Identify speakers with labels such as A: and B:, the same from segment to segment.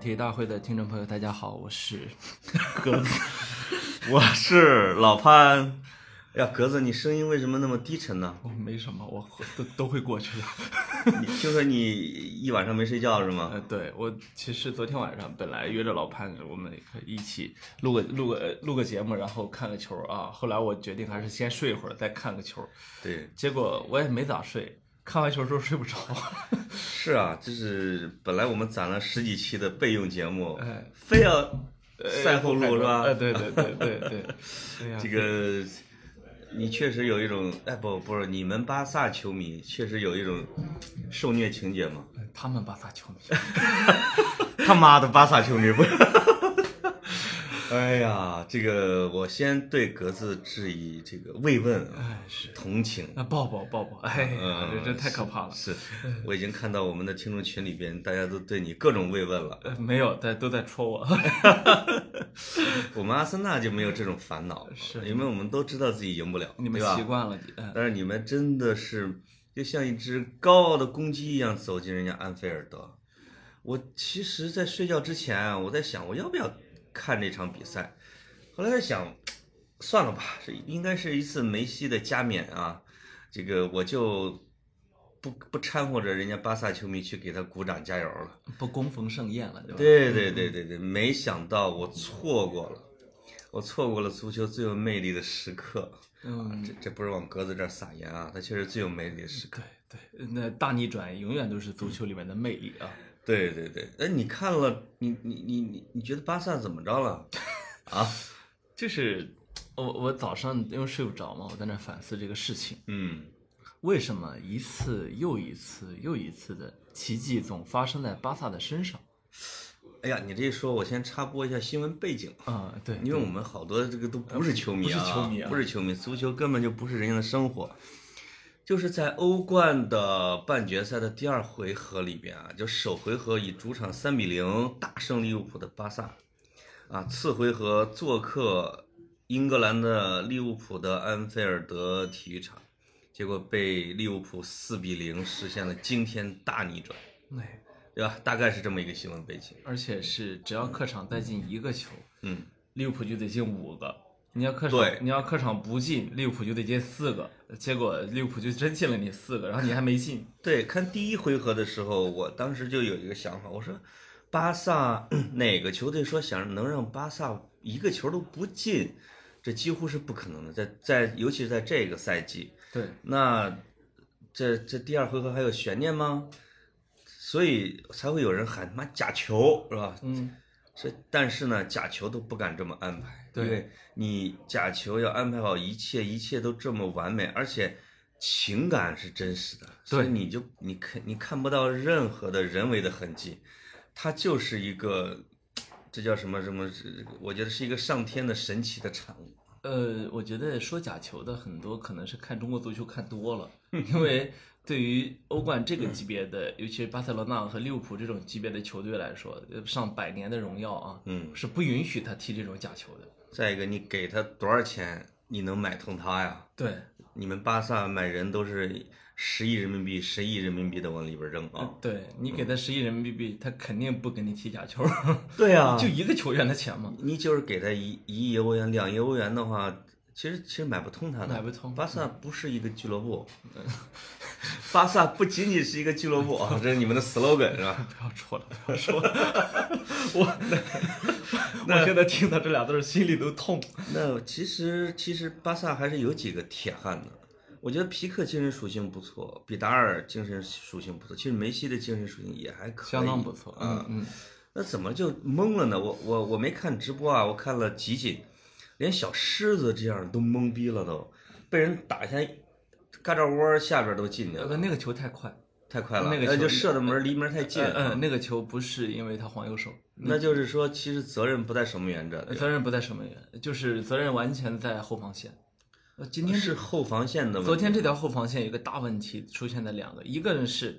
A: 体育大会的听众朋友，大家好，我是格子。
B: 我是老潘。哎呀，格子，你声音为什么那么低沉呢？
A: 我哦没什么，我都都会过 去的。
B: 你听说你一晚上没睡觉是吗？
A: 呃，对我其实昨天晚上本来约着老潘，我们可以一起录个录个录个节目，然后看个球啊。后来我决定还是先睡一会儿，再看个球。
B: 对，
A: 结果我也没咋睡，看完球之后睡不 着。
B: 是啊，就是本来我们攒了十几期的备用节目，
A: 哎，
B: 非要
A: 呃
B: 赛后录是 吧
A: 呃，对对对对 对，哎对呀
B: 这个，你确实有一种，哎，不不是，你们巴萨球迷确实有一种受虐情 节嘛。
A: 呃他们巴萨球迷。
B: 他妈的巴萨球迷不 是。哎呀，这个我先对格子致以这个慰问啊，
A: 哎，是
B: 同情。
A: 那抱抱抱抱，哎呀，这
B: 嗯
A: 这太可怕了。
B: 是， 我已经看到我们的听众群里边，大家都对你各种慰问了。
A: 呃，没有，在都在戳我。
B: 我们阿森纳就没有这种烦恼，
A: 是
B: 因为我们都知道自己赢不了，
A: 你们
B: 对吧
A: 习惯了，嗯，
B: 但是你们真的是就像一只高傲的公鸡一样走进人家安菲尔德。我其实，在睡觉之前，我在想我要不要看这场比赛，后来在想，算了吧，这应该是一次梅西的加冕啊，这个我就不不掺和着人家巴萨球迷去给他鼓掌加油了。嗯
A: 不恭逢盛宴了，对吧？
B: 对对对对对，没想到我错过了，我错过了足球最有魅力的时刻。
A: 嗯，嗯
B: 这这不是往格子这儿撒盐啊，它确实最有魅力的时刻。
A: 对对，那大逆转永远都是足球里面的魅力啊。
B: 对对对，哎，你看了，你你你你你觉得巴萨怎么着了？啊，
A: 就是我我早上因为睡不着嘛，我在那反思这个事情，
B: 嗯，
A: 为什么一次又一次又一次的奇迹总发生在巴萨的身上？
B: 哎呀，你这一说，我先插播一下新闻背景，
A: 啊、对，
B: 因为我们好多这个都不是球迷啊，
A: 不是球迷啊
B: 不是球迷，足球根本就不是人家的生活。就是在欧冠的半决赛的第二回合里边啊，就首回合以主场三比零大胜利物浦的巴萨，啊，次回合做客英格兰的利物浦的安菲尔德体育场，结果被利物浦四比零实现了惊天大逆转，
A: 那
B: 对吧？大概是这么一个新闻背景。
A: 而且是只要客场再进一个球，
B: 嗯，
A: 利物浦就得进五个。你要客场
B: 对，
A: 你要客场不进，利物浦就得进四个。结果利物浦就真进了你四个，然后你还没进。
B: 对，看第一回合的时候，我当时就有一个想法，我说，巴萨 哪个球队说想能让巴萨一个球都不进，这几乎是不可能的，在在尤其是在这个赛季，
A: 对，
B: 那这这第二回合还有悬念吗？所以才会有人喊妈假球是吧？
A: 嗯，
B: 是，但是呢，假球都不敢这么安排，
A: 对
B: 因为你假球要安排好一切，一切都这么完美，而且情感是真实的，所以
A: 对
B: 你就你看你看不到任何的人为的痕迹，它就是一个，这叫什么什么？是我觉得是一个上天的神奇的产物。
A: 呃，我觉得说假球的很多可能是看中国足球看多了， 因为对于欧冠这个级别的，尤其是巴塞罗那和利物浦这种级别的球队来说，呃上百年的荣耀啊，
B: 嗯，
A: 是不允许他踢这种假球的。
B: 再一个，你给他多少钱，你能买通他呀？
A: 对，
B: 你们巴萨买人都是十亿人民币、十亿人民币的往里边扔啊？
A: 对你给他十亿人民币，他肯定不给你踢假球，
B: 对呀、
A: 就一个球员的钱 嘛。
B: 你就是给他一一亿欧元、两亿欧元的话，其实其实买不通嗯他的，
A: 买不通
B: 巴萨不是一个俱乐部，巴萨不仅仅是一个俱乐部啊，这是你们的 slogan 是吧？
A: 不要说了，不要 说了，我我现在听到这俩字儿心里都痛。
B: 那其实其实巴萨还是有几个铁汉的。我觉得皮克精神属性不错，比达尔精神属性不错，其实梅西的精神属性也还可以，
A: 相当不错，
B: 啊、
A: 嗯嗯，
B: 那怎么就懵了呢？我我我没看直播啊，我看了集锦，连小狮子这样都懵逼了都，被人打下嘎吱窝下边都进去
A: 呃不，
B: 了，
A: 那个球太快，
B: 太快了，
A: 那个
B: 呃
A: 球
B: 就射的门离门太近
A: 嗯、
B: 啊，
A: 嗯，那个球不是因为他黄油手，呃
B: 那就是说其实责任不在守门员这，对吧
A: 责任不在守门员，就是责任完全在后防线。呃，今天
B: 是后防线的问题。
A: 昨天这条后防线有一个大问题出现在两个，一个人是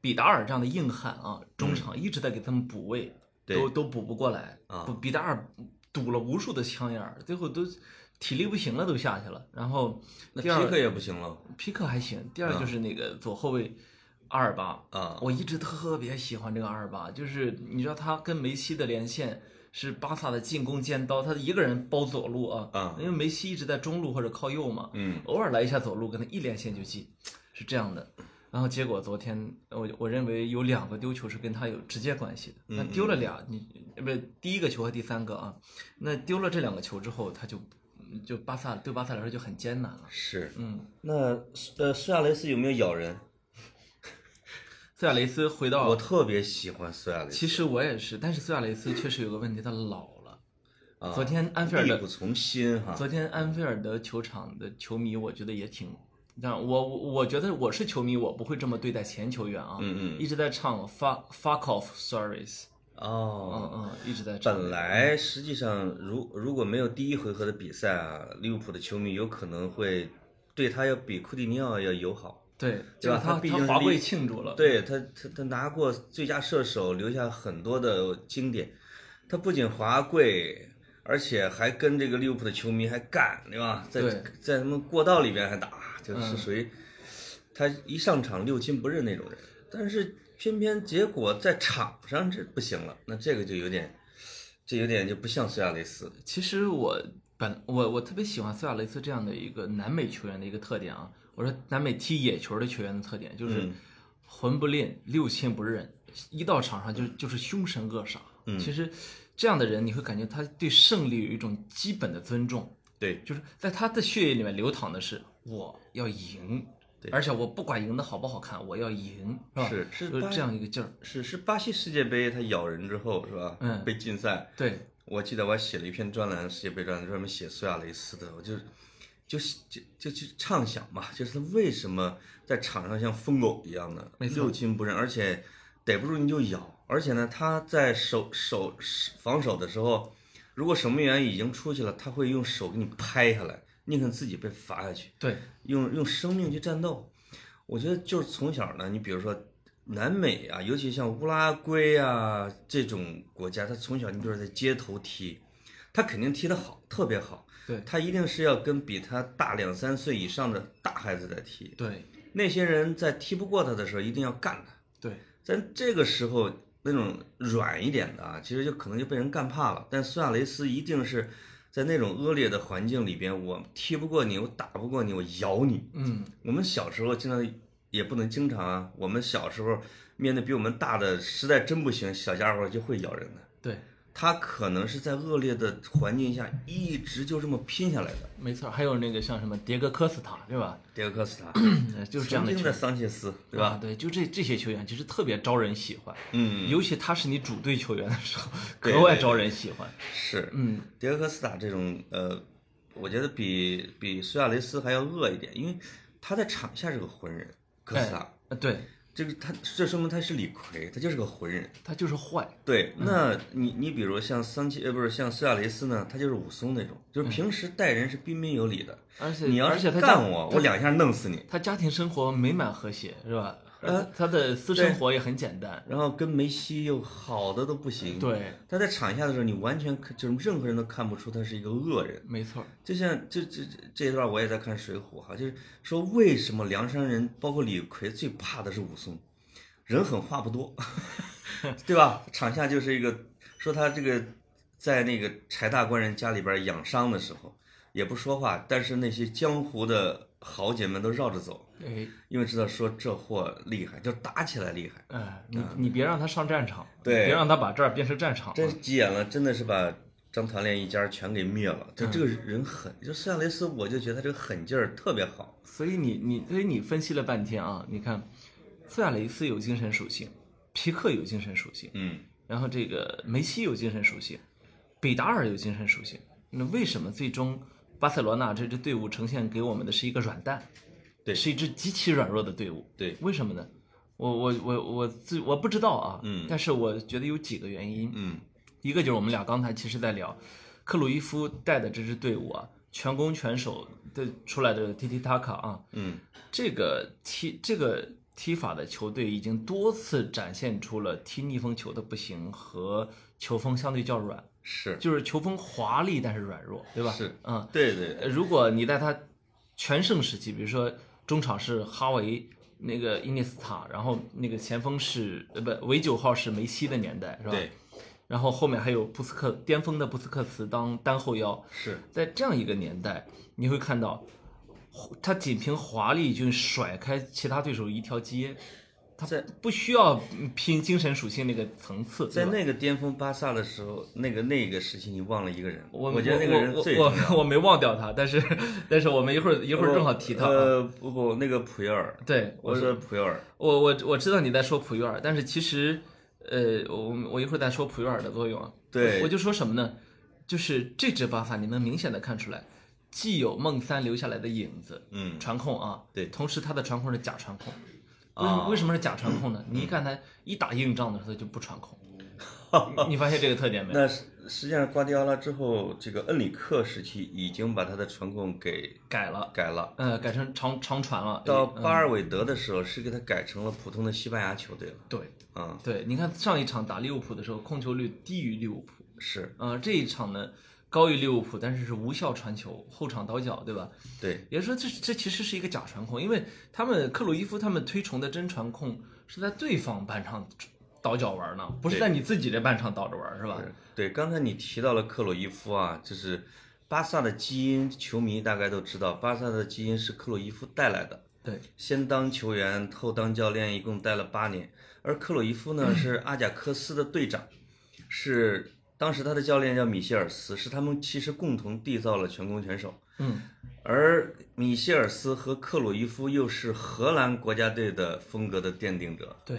A: 比达尔这样的硬汉啊，中场一直在给他们补位，
B: 嗯对
A: 都都补不过来
B: 啊
A: 不比达尔堵了无数的枪眼儿，最后都体力不行了都下去了。然后
B: 那啊
A: 第二
B: 皮克也不行了，
A: 皮克还行，第二就是那个左后卫阿尔巴，
B: 啊，
A: 我一直特别喜欢这个阿尔巴，就是你知道他跟梅西的连线是巴萨的进攻尖刀，他一个人包左路啊，
B: 啊
A: 因为梅西一直在中路或者靠右嘛，
B: 嗯
A: 偶尔来一下左路，跟他一连线就进，是这样的。然后结果昨天我我认为有两个丢球是跟他有直接关系的，
B: 嗯
A: 那丢了俩，你不是第一个球和第三个啊，那丢了这两个球之后，他就就巴萨对巴萨来说就很艰难了。
B: 是。
A: 嗯，
B: 那呃，苏亚雷斯有没有咬人？
A: 苏亚雷斯回到
B: 我特别喜欢苏亚雷斯，
A: 其实我也是，但是苏亚雷斯确实有个问题，他老了。
B: 啊
A: 昨天安菲尔
B: 力
A: 德
B: 不，啊从心哈。
A: 昨天安菲尔德球场的球迷，我觉得也挺，但我我我觉得我是球迷，我不会这么对待前球员啊。
B: 嗯嗯
A: 一直在唱 fuck fuck off stories，嗯
B: 哦，
A: 嗯，一直在唱。
B: 本来实际上如如果没有第一回合的比赛啊，利物浦的球迷有可能会对他要比库蒂尼奥要友好。
A: 对，
B: 对吧
A: 结果他
B: 他毕竟是
A: 他华
B: 利
A: 贵庆祝了。
B: 对他，他他拿过最佳射手，留下很多的经典。他不仅华贵，而且还跟这个利物浦的球迷还干，对吧？在
A: 对
B: 在他们过道里边还打，就是
A: 嗯
B: 属于他一上场六亲不认那种人。但是偏偏结果在场上这不行了，那这个就有点，这有点就不像苏亚雷斯。
A: 其实我本我我特别喜欢苏亚雷斯这样的一个南美球员的一个特点啊，我说南美踢野球的球员的特点就是
B: 嗯
A: 魂不吝，六亲不认，一到场上就就是凶神恶煞。
B: 嗯
A: 其实这样的人，你会感觉他对胜利有一种基本的尊重，
B: 对，
A: 就是在他的血液里面流淌的是我要赢
B: 对，
A: 而且我不管赢得好不好看，我要赢，是吧？
B: 是是
A: 就是
B: 巴
A: 这样一个劲儿。
B: 是是巴西世界杯他咬人之后是吧？
A: 嗯
B: 被禁赛。
A: 对，
B: 我记得我还写了一篇专栏，世界杯专栏专门写苏亚雷斯的，我就就是就就去畅想嘛，就是他为什么在场上像疯狗一样的
A: 没错
B: 六亲不认，而且逮不住你就咬，而且呢，他在守守防守的时候，如果守门员已经出去了，他会用手给你拍下来，宁肯自己被罚下去。
A: 对，
B: 用用生命去战斗。我觉得就是从小呢，你比如说南美啊，尤其像乌拉圭啊这种国家，他从小你比如说在街头踢，他肯定踢得好，特别好。
A: 对
B: 他一定是要跟比他大两三岁以上的大孩子在踢，
A: 对，
B: 那些人在踢不过他的时候，一定要干他。
A: 对，
B: 咱这个时候那种软一点的啊，其实就可能就被人干怕了。但苏亚雷斯一定是在那种恶劣的环境里边，我踢不过你，我打不过你，我咬你。
A: 嗯，
B: 我们小时候经常也不能经常啊，我们小时候面对比我们大的，实在真不行，小家伙就会咬人的。
A: 对，
B: 他可能是在恶劣的环境下一直就这么拼下来的。
A: 没错。还有那个像什么迭戈科斯塔，对吧？
B: 迭戈科 斯塔，
A: 嗯就是这样的球
B: 曾经
A: 员
B: 的，桑切斯，对
A: 啊
B: 吧？
A: 对，就这这些球员其实特别招人喜欢，
B: 嗯，
A: 尤其他是你主队球员的时候，
B: 对
A: 格外
B: 对
A: 招人喜欢。
B: 是，
A: 嗯，
B: 迭戈科斯塔这种呃，我觉得比比苏亚雷斯还要恶一点，因为他在场下是个浑人。科斯塔，
A: 呃对
B: 这个他这说明他是李逵，他就是个浑人。
A: 他就是坏，
B: 对，
A: 嗯
B: 那你你比如像桑切呃不是像苏亚雷斯呢，他就是武松那种，就是平时待人是彬彬有礼的。
A: 而且
B: 你要
A: 嗯而
B: 是
A: 且他家
B: 干我，我两下弄死你。
A: 他家庭生活美满和谐是吧？
B: 呃
A: 呃，他的私生活也很简单，
B: 然后跟梅西又好的都不行。，
A: 对，
B: 他在场下的时候，你完全看就是任何人都看不出他是一个恶人。
A: 没错，
B: 就像这这这这一段我也在看《水浒》哈，就是说为什么梁山人包括李逵最怕的是武松，人狠话不多， 对吧？场下就是一个说他这个在那个柴大官人家里边养伤的时候也不说话，但是那些江湖的豪杰们都绕着走，
A: 哎，
B: 因为知道说这货厉害，就打起来厉害。
A: 哎，你你别让他上战场，
B: 嗯对
A: 别让他把这儿变成战场了，
B: 真哦急眼了，真的是把张团练一家全给灭了。就这个人狠，就苏亚雷斯，我就觉得他这个狠劲儿特别好。
A: 所以你你所以你分析了半天啊，你看，苏亚雷斯有精神属性，皮克有精神属性，
B: 嗯。
A: 然后这个梅西有精神属性，比达尔有精神属性，那为什么最终巴塞罗那这支队伍呈现给我们的是一个软蛋？
B: 对
A: 是一支极其软弱的队伍。
B: 对
A: 为什么呢？我我我我自我不知道啊，
B: 嗯
A: 但是我觉得有几个原因，
B: 嗯
A: 一个就是我们俩刚才其实在聊，克鲁伊夫带的这支队伍啊，全攻全守的出来的踢踢塔卡啊，
B: 嗯，
A: 这个踢这个踢法的球队已经多次展现出了踢逆风球的不行和球风相对较软，
B: 是，
A: 就是球风华丽但是软弱，对吧？
B: 是
A: 嗯，
B: 对对
A: 呃如果你在他全盛时期，比如说中场是哈维，那个伊涅斯塔，然后那个前锋是呃不尾九号是梅西的年代是吧？
B: 对，
A: 然后后面还有布斯克巅峰的布斯克茨当单后腰，
B: 是
A: 在这样一个年代，你会看到他仅凭华丽就甩开其他对手一条街，他
B: 在
A: 不需要拼精神属性那个层次，
B: 在
A: 对吧
B: 那个巅峰巴萨的时候，那个那个时期你忘了一个人，
A: 我
B: 我觉得那个人
A: 我
B: 最
A: 我
B: 重要
A: 我我没忘掉他，但是但是我们一会儿一会儿正好提他啊。
B: 呃，不不，那个普约尔，
A: 对，
B: 我说普约尔，
A: 我我我知道你在说普约尔，但是其实，呃，我我一会儿再说普约尔的作用啊。
B: 对
A: 我就说什么呢？就是这支巴萨，你能明显的看出来，既有梦三留下来的影子，
B: 嗯，
A: 传控啊，
B: 对
A: 同时他的传控是假传控。为什
B: 啊
A: 么为什么是假传控呢？你看他一打硬仗的时候就不传 控，你你发现这个特点没有？
B: 那实实际上瓜迪奥拉之后，这个恩里克时期已经把他的传控给
A: 改了，
B: 改了，
A: 呃，改成长长传了。
B: 到
A: 嗯
B: 巴尔韦德的时候是给他改成了普通的西班牙球队了，
A: 对
B: 啊，
A: 对，你看上一场打利物浦的时候，控球率低于利物浦。
B: 是
A: 呃，这一场呢高于利物浦，但是是无效传球，后场倒脚，对吧？
B: 对，
A: 也就是说这这其实是一个假传控，因为他们克鲁伊夫他们推崇的真传控是在对方半场倒脚玩呢，不是
B: 对
A: 在你自己这半场倒着玩，是吧？
B: 是对，刚才你提到了克洛伊夫啊，就是巴萨的基因，球迷大概都知道，巴萨的基因是克洛伊夫带来的，
A: 对，
B: 先当球员，后当教练，一共待了八年。而克洛伊夫呢是阿贾克斯的队长，是当时他的教练叫米歇尔斯，是他们其实共同缔造了全攻全守。
A: 嗯，
B: 而米歇尔斯和克鲁伊夫又是荷兰国家队的风格的奠定者。
A: 对，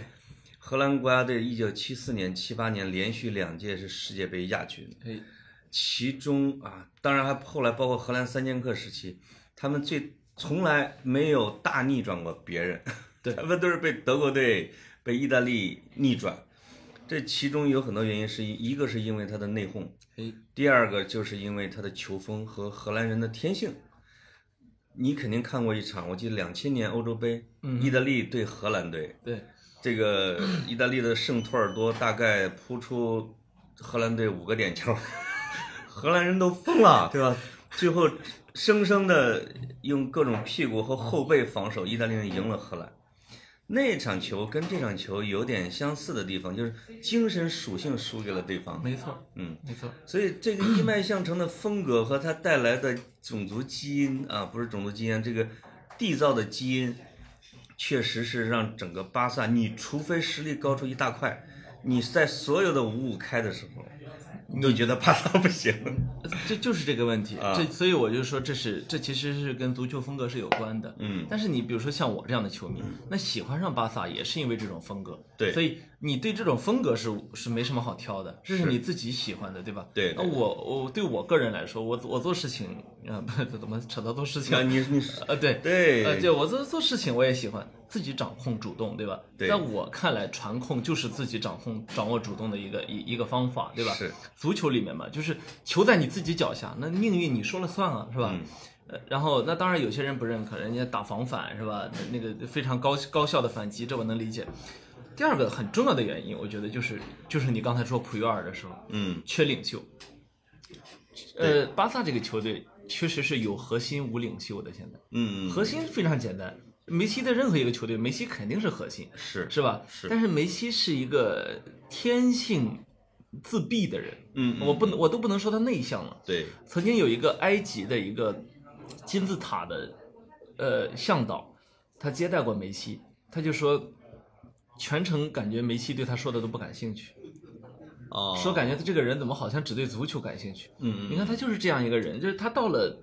B: 荷兰国家队一九七四年、七八年连续两届是世界杯亚军，
A: 哎，
B: 其中啊，当然还后来包括荷兰三剑客时期，他们最从来没有大逆转过别人，
A: 对
B: 他们都是被德国队、被意大利逆转。这其中有很多原因是因，一个是因为他的内讧，
A: 哎，
B: 第二个就是因为他的球风和荷兰人的天性。你肯定看过一场，我记得两千年欧洲杯，
A: 嗯
B: 意大利对荷兰队，
A: 对，
B: 这个意大利的圣托尔多大概扑出荷兰队五个点球，荷兰人都疯了， 对吧？最后生生的用各种屁股和后背防守，意大利人赢了荷兰。那场球跟这场球有点相似的地方，就是精神属性输给了对方。
A: 没错，
B: 嗯，
A: 没错，
B: 所以这个一脉相承的风格和它带来的种族基因啊，不是种族基因，这个缔造的基因，确实是让整个巴萨，你除非实力高出一大块，你在所有的五五开的时候，你都觉得巴萨不行。
A: 呃这就是这个问题。
B: 啊
A: 这所以我就说，这是这其实是跟足球风格是有关的。
B: 嗯，
A: 但是你比如说像我这样的球迷，那喜欢上巴萨也是因为这种风格，
B: 对
A: 所以你嗯对这种风格是是没什么好挑的，这是
B: 是
A: 你自己喜欢的，对吧？
B: 对对
A: 那我我对我个人来说，我我做事情，啊，不怎么扯到做事
B: 那
A: 情，
B: 啊你你
A: 呃，对，
B: 对
A: 呃，对我做做事情我也喜欢自己掌控主动，对吧？
B: 对
A: 在我看来，传控就是自己掌控、掌握主动的一个一一个方法，对吧？
B: 是。
A: 足球里面嘛，就是球在你自己脚下，那命运你说了算啊，是
B: 嗯
A: 吧？呃，然后那当然有些人不认可，人家打防反是吧？那个非常高高效的反击，这我能理解。第二个很重要的原因，我觉得就是就是你刚才说普约尔的时候，
B: 嗯，
A: 缺领袖。呃，巴萨这个球队确实是有核心无领袖的，现在。
B: 嗯
A: 核心非常简单，梅西的任何一个球队，梅西肯定是核心，
B: 是
A: 是吧？
B: 是
A: 但是梅西是一个天性自闭的人，
B: 嗯嗯
A: 我不能，我都不能说他内向了。
B: 对
A: 曾经有一个埃及的一个金字塔的呃向导，他接待过梅西，他就说。全程感觉梅西对他说的都不感兴趣，
B: 哦
A: 说感觉他这个人怎么好像只对足球感兴趣。
B: 嗯
A: 你看他就是这样一个人，就是他到了，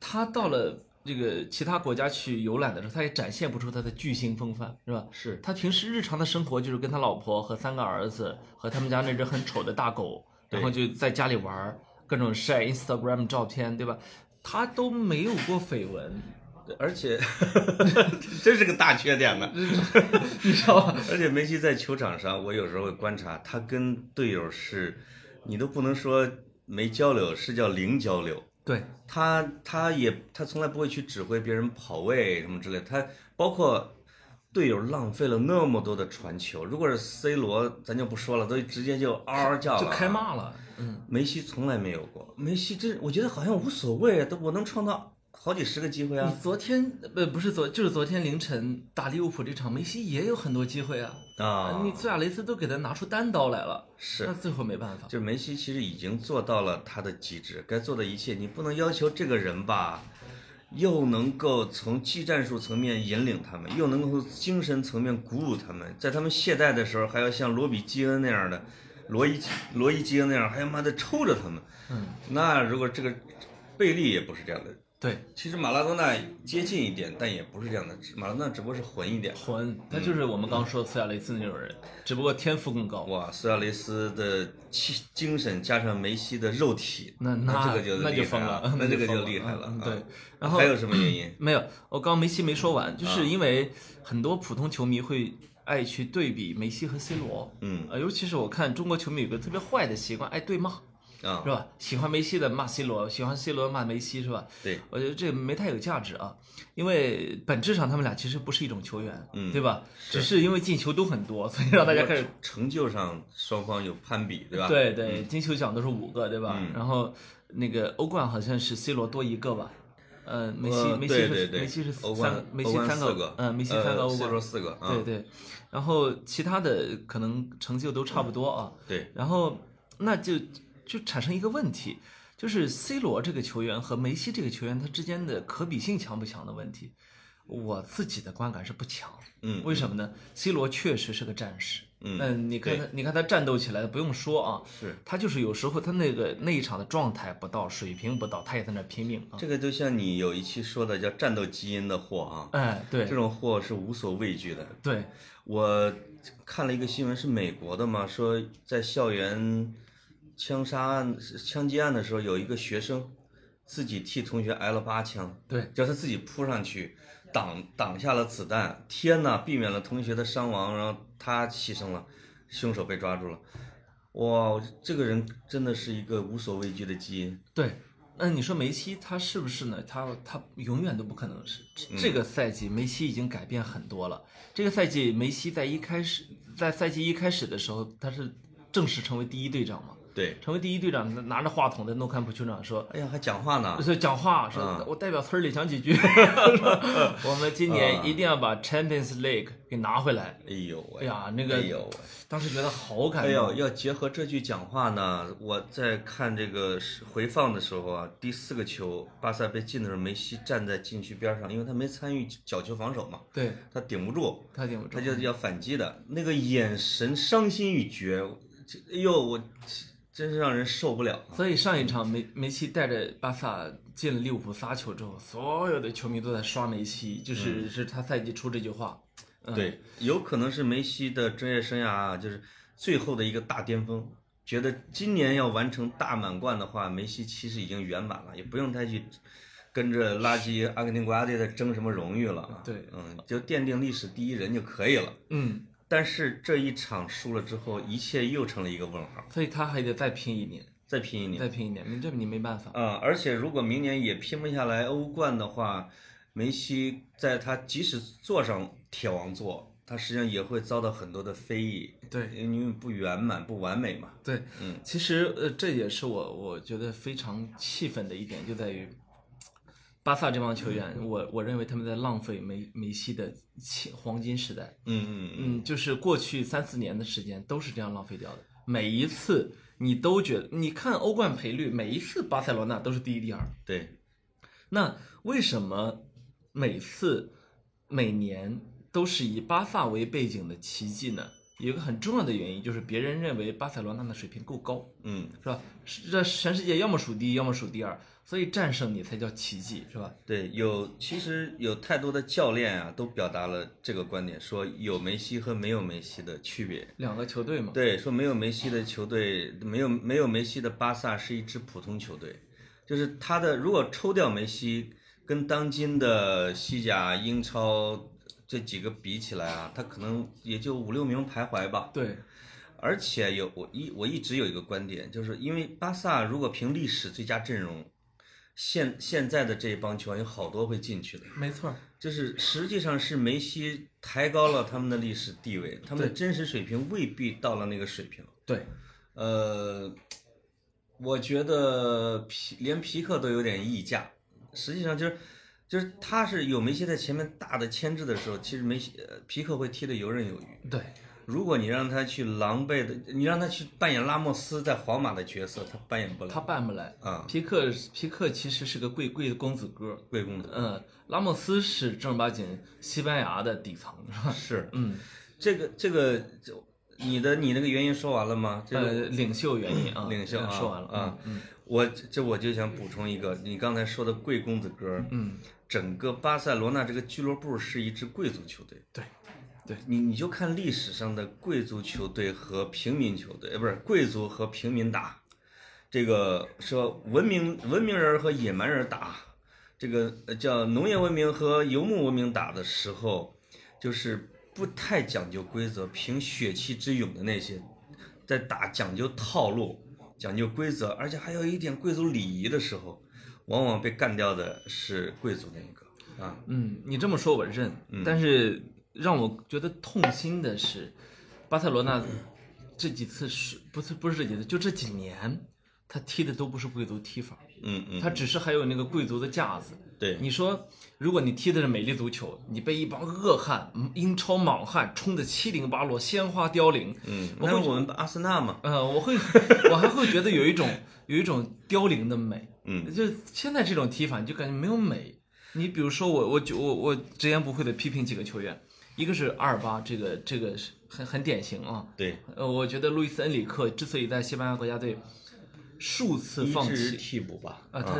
A: 他到了这个其他国家去游览的时候，他也展现不出他的巨星风范，是吧？
B: 是
A: 他平时日常的生活就是跟他老婆和三个儿子和他们家那只很丑的大狗，
B: 对
A: 然后就在家里玩儿，各种晒 Instagram 照片，对吧？他都没有过绯闻，
B: 而且 这是个大缺点呢。
A: 你知道 吧？
B: 而且梅西在球场上，我有时候会观察他跟队友是，你都不能说没交流，是叫零交流。
A: 对，
B: 他他也他从来不会去指挥别人跑位什么之类的，他包括队友浪费了那么多的传球，如果是 C 罗，咱就不说了，都直接就嗷嗷叫了，
A: 就
B: 啊
A: 开。骂了，嗯。
B: 啊梅西从来没有过，梅西真我觉得好像无所谓，都我能创造好几十个机会
A: 你
B: 啊。
A: 昨天呃不是昨就是昨天凌晨打利物浦这场，梅西也有很多机会啊，
B: 啊，
A: 你苏亚雷斯都给他拿出单刀来了，
B: 是
A: 那最后没办法。
B: 就是梅西其实已经做到了他的极致，该做的一切，你不能要求这个人吧，又能够从技战术层面引领他们，又能够从精神层面鼓舞他们，在他们懈怠的时候，还要像罗比基恩那样的，罗伊罗伊基恩那样，还要妈的抽着他们。
A: 嗯，
B: 那如果这个贝利也不是这样的，
A: 对，
B: 其实马拉多纳接近一点，但也不是这样的，马拉多纳只不过是混一点。
A: 魂
B: 嗯
A: 他就是我们刚说的苏亚雷斯那种人，只不过天赋更高。
B: 哇，苏亚雷斯的气精神加上梅西的肉体，
A: 那
B: 那
A: 那
B: 这个就
A: 那就
B: 厉害
A: 疯
B: 了
A: 了，，
B: 那这个就
A: 疯
B: 厉害了
A: 嗯
B: 啊。
A: 对，然后
B: 还有啊什么原因？
A: 没有，我刚刚梅西没说完，就是因为很多普通球迷会爱去对比梅西和 C 罗，
B: 嗯
A: 呃，尤其是我看中国球迷有个特别坏的习惯，爱对骂，
B: 啊
A: 是，吧？喜欢梅西的骂 C 罗，喜欢 C 罗骂梅西，是吧？
B: 对，
A: 我觉得这没太有价值啊，因为本质上他们俩其实不是一种球员，
B: 嗯
A: 对吧？
B: 是
A: 只是因为进球都很多，所以让大家开始
B: 成就上双方有攀比，对吧？，
A: 对对，金球奖都是五个，对吧？
B: 嗯
A: 然后那个欧冠好像是 C 罗多一个吧？呃，梅西
B: 呃
A: 梅西
B: 对
A: 是
B: 对对，
A: 梅西是三
B: 欧冠
A: 个，梅
B: 欧
A: 西
B: 冠
A: 三
B: 四
A: 个
B: 个，，
A: 嗯，梅西
B: 呃
A: 三个欧
B: C
A: 冠
B: 罗，四个，啊
A: 对对。然后其他的可能成就都差不多啊。
B: 对，
A: 然后那就就产生一个问题，就是 C 罗这个球员和梅西这个球员他之间的可比性强不强的问题。我自己的观感是不强，
B: 嗯
A: 为什么呢？C 罗确实是个战士，
B: 嗯
A: 那你看他
B: 对，
A: 你看他战斗起来不用说啊，
B: 是
A: 他就是有时候他那个那一场的状态不到，水平不到，他也在那拼命啊，
B: 这个就像你有一期说的叫战斗基因的货啊，
A: 哎，对
B: 这种货是无所畏惧的，
A: 对，
B: 我看了一个新闻，是美国的嘛，说在校园枪杀案、枪击案的时候，有一个学生自己替同学挨了八枪，
A: 对，
B: 叫他自己扑上去挡挡下了子弹，天呐，避免了同学的伤亡，然后他牺牲了，凶手被抓住了。哇，这个人真的是一个无所畏惧的基因。
A: 对，那你说梅西他是不是呢？他他永远都不可能是。这
B: 嗯
A: 这个赛季梅西已经改变很多了。这个赛季梅西在一开始，在赛季一开始的时候，他是正式成为第一队长嘛？
B: 对，
A: 成为第一队长，拿着话筒在诺坎普球场说。
B: 哎呀，还讲话呢。
A: 说讲话，说、
B: 嗯
A: 我代表村里讲 几句，说我们今年
B: 嗯
A: 一定要把 Champions League 给拿回来。
B: 哎呦
A: 哎
B: 喂！
A: 呀，那个、
B: 哎呦喂！
A: 当时觉得好感
B: 哎
A: 动。
B: 呦，要结合这句讲话呢，我在看这个回放的时候啊，第四个球巴萨被进的时候，梅西站在禁区边上，因为他没参与角球防守嘛，
A: 对
B: 他顶不住，
A: 他顶不住
B: 他，就是要反击的，那个眼神伤心欲绝，这哎呦，我真是让人受不了。
A: 所以上一场梅梅西带着巴萨进了利物浦仨球之后，所有的球迷都在刷梅西，就是、是他赛季初这句话。嗯、，
B: 对，有可能是梅西的职业生涯啊，就是最后的一个大巅峰。觉得今年要完成大满贯的话，梅西其实已经圆满了，也不用太去跟着垃圾阿根廷国家队在争什么荣誉了啊。
A: 对
B: 嗯，就奠定历史第一人就可以了。
A: 嗯，
B: 但是这一场输了之后，一切又成了一个问号，
A: 所以他还得再拼一年，
B: 再拼一年。
A: 再拼一年，这你没办法。
B: 嗯，而且如果明年也拼不下来欧冠的话，梅西在他即使坐上铁王座，他实际上也会遭到很多的非议，
A: 对
B: 因为不圆满、不完美嘛。
A: 对，
B: 嗯，
A: 其实呃，这也是我我觉得非常气愤的一点，就在于巴萨这帮球员，我我认为他们在浪费梅梅西的青黄金时代。
B: 嗯嗯
A: 嗯，就是过去三四年的时间都是这样浪费掉的。每一次你都觉得，你看欧冠赔率，每一次巴塞罗那都是第一、第二。
B: 对，
A: 那为什么每次每年都是以巴萨为背景的奇迹呢？有一个很重要的原因就是别人认为巴塞罗那的水平够高，
B: 嗯，
A: 是吧？是这全世界要么数第一，要么数第二，所以战胜你才叫奇迹，是吧？
B: 对，有其实有太多的教练啊，都表达了这个观点，说有梅西和没有梅西的区别。
A: 两个球队嘛，
B: 对，说没有梅西的球队，没有没有梅西的巴萨是一支普通球队，就是他的如果抽掉梅西，跟当今的西甲、英超这几个比起来啊，他可能也就五六名徘徊吧。
A: 对，
B: 而且有我一我一直有一个观点，就是因为巴萨如果凭历史最佳阵容，现现在的这一帮球员有好多会进去的，
A: 没错儿，
B: 就是实际上是梅西抬高了他们的历史地位，他们的
A: 对
B: 真实水平未必到了那个水平。
A: 对，
B: 呃，我觉得皮连皮克都有点溢价，实际上就是就是他是有梅西在前面大的牵制的时候，其实梅西呃皮克会踢得游刃有余。
A: 对，
B: 如果你让他去狼狈的，你让他去扮演拉莫斯在皇马的角色，他扮演不了。
A: 他办不来。
B: 啊，
A: 皮克皮克其实是个贵贵的公子哥，
B: 贵公子
A: 嗯，拉莫斯是正儿八经西班牙的底层，是吧？
B: 是
A: 嗯，
B: 这个这个就你的你那个原因说完了吗？这个
A: 呃，领袖原因啊，
B: 领袖啊
A: 说完了
B: 啊，
A: 嗯
B: 我这我就想补充一个，你刚才说的贵公子哥，
A: 嗯，
B: 整个巴塞罗那这个俱乐部是一支贵族球队。
A: 对，
B: 你你就看历史上的贵族球队和平民球队，呃，不是贵族和平民打，这个说文明文明人和野蛮人打，这个呃叫农业文明和游牧文明打的时候，就是不太讲究规则，凭血气之勇的那些，在打讲究套路、讲究规则，而且还有一点贵族礼仪的时候，往往被干掉的是贵族那一个啊，
A: 嗯，你这么说我认，
B: 嗯
A: 但是让我觉得痛心的是，巴塞罗那这几次是不是不是这几次，就这几年他踢的都不是贵族踢法，
B: 嗯嗯，
A: 他只是还有那个贵族的架子。
B: 对，
A: 你说，如果你踢的是美丽足球，你被一帮恶汉、嗯英超莽汉冲得七零八落、鲜花凋零，
B: 嗯，
A: 我会
B: 那我们阿森纳嘛。
A: 呃，我会，我还会觉得有一种有一种凋零的美，
B: 嗯，
A: 就是现在这种踢法，你就感觉没有美。你比如说我，我就我我直言不讳的批评几个球员，一个是阿尔巴，这个这个是很很典型啊。
B: 对，
A: 呃，我觉得路易斯恩里克之所以在西班牙国家队数次放
B: 一直
A: 弃，
B: 替补吧。
A: 啊、他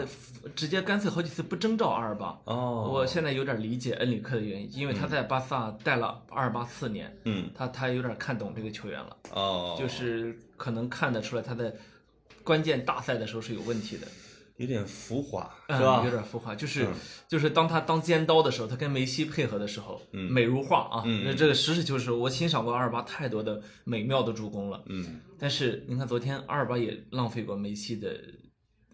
A: 直接干脆好几次不征召阿尔巴。
B: 哦，
A: 我现在有点理解恩里克的原因，因为他在巴萨带了阿尔巴四年，
B: 嗯，
A: 他他有点看懂这个球员了。
B: 哦，
A: 就是可能看得出来他在关键大赛的时候是有问题的，
B: 有点浮华，
A: 嗯
B: 是吧？嗯
A: 有点浮夸，就是、就是当他当尖刀的时候，他跟梅西配合的时候，
B: 嗯
A: 美如画啊，那这个实事求是，我欣赏过阿尔巴太多的美妙的助攻了，
B: 嗯，
A: 但是你看昨天阿尔巴也浪费过梅西的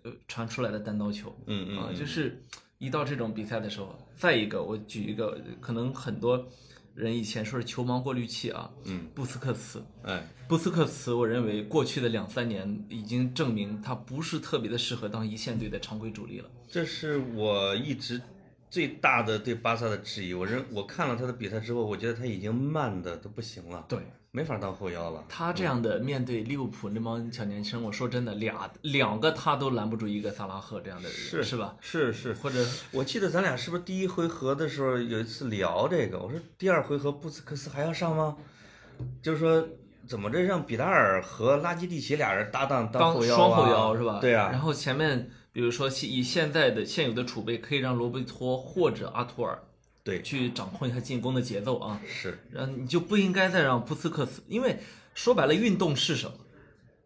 A: 呃传出来的单刀球，
B: 嗯嗯
A: 啊，就是一到这种比赛的时候，再一个我举一个，可能很多人以前说是球盲过滤器啊，
B: 嗯，
A: 布斯克茨，
B: 哎，
A: 布斯克茨，我认为过去的两三年已经证明他不是特别的适合当一线队的常规主力了。
B: 这是我一直最大的对巴萨的质疑。我认我看了他的比赛之后，我觉得他已经慢的都不行了，
A: 对
B: 没法当后腰了。
A: 他这样的
B: 嗯
A: 面对利物浦那帮小年轻，我说真的，俩两个他都拦不住一个萨拉赫这样的人，是
B: 是
A: 吧？
B: 是是，
A: 或者
B: 我记得咱俩是不是第一回合的时候有一次聊这个？我说第二回合布斯克斯还要上吗？就是说怎么着让比达尔和拉基蒂奇俩人搭档
A: 当
B: 后腰、啊、
A: 双后腰是吧？
B: 对啊，
A: 然后前面比如说以现在的现有的储备，可以让罗贝托或者阿图尔
B: 对，
A: 去掌控一下进攻的节奏啊。
B: 是
A: 然后你就不应该再让布斯克斯，因为说白了，运动是什么？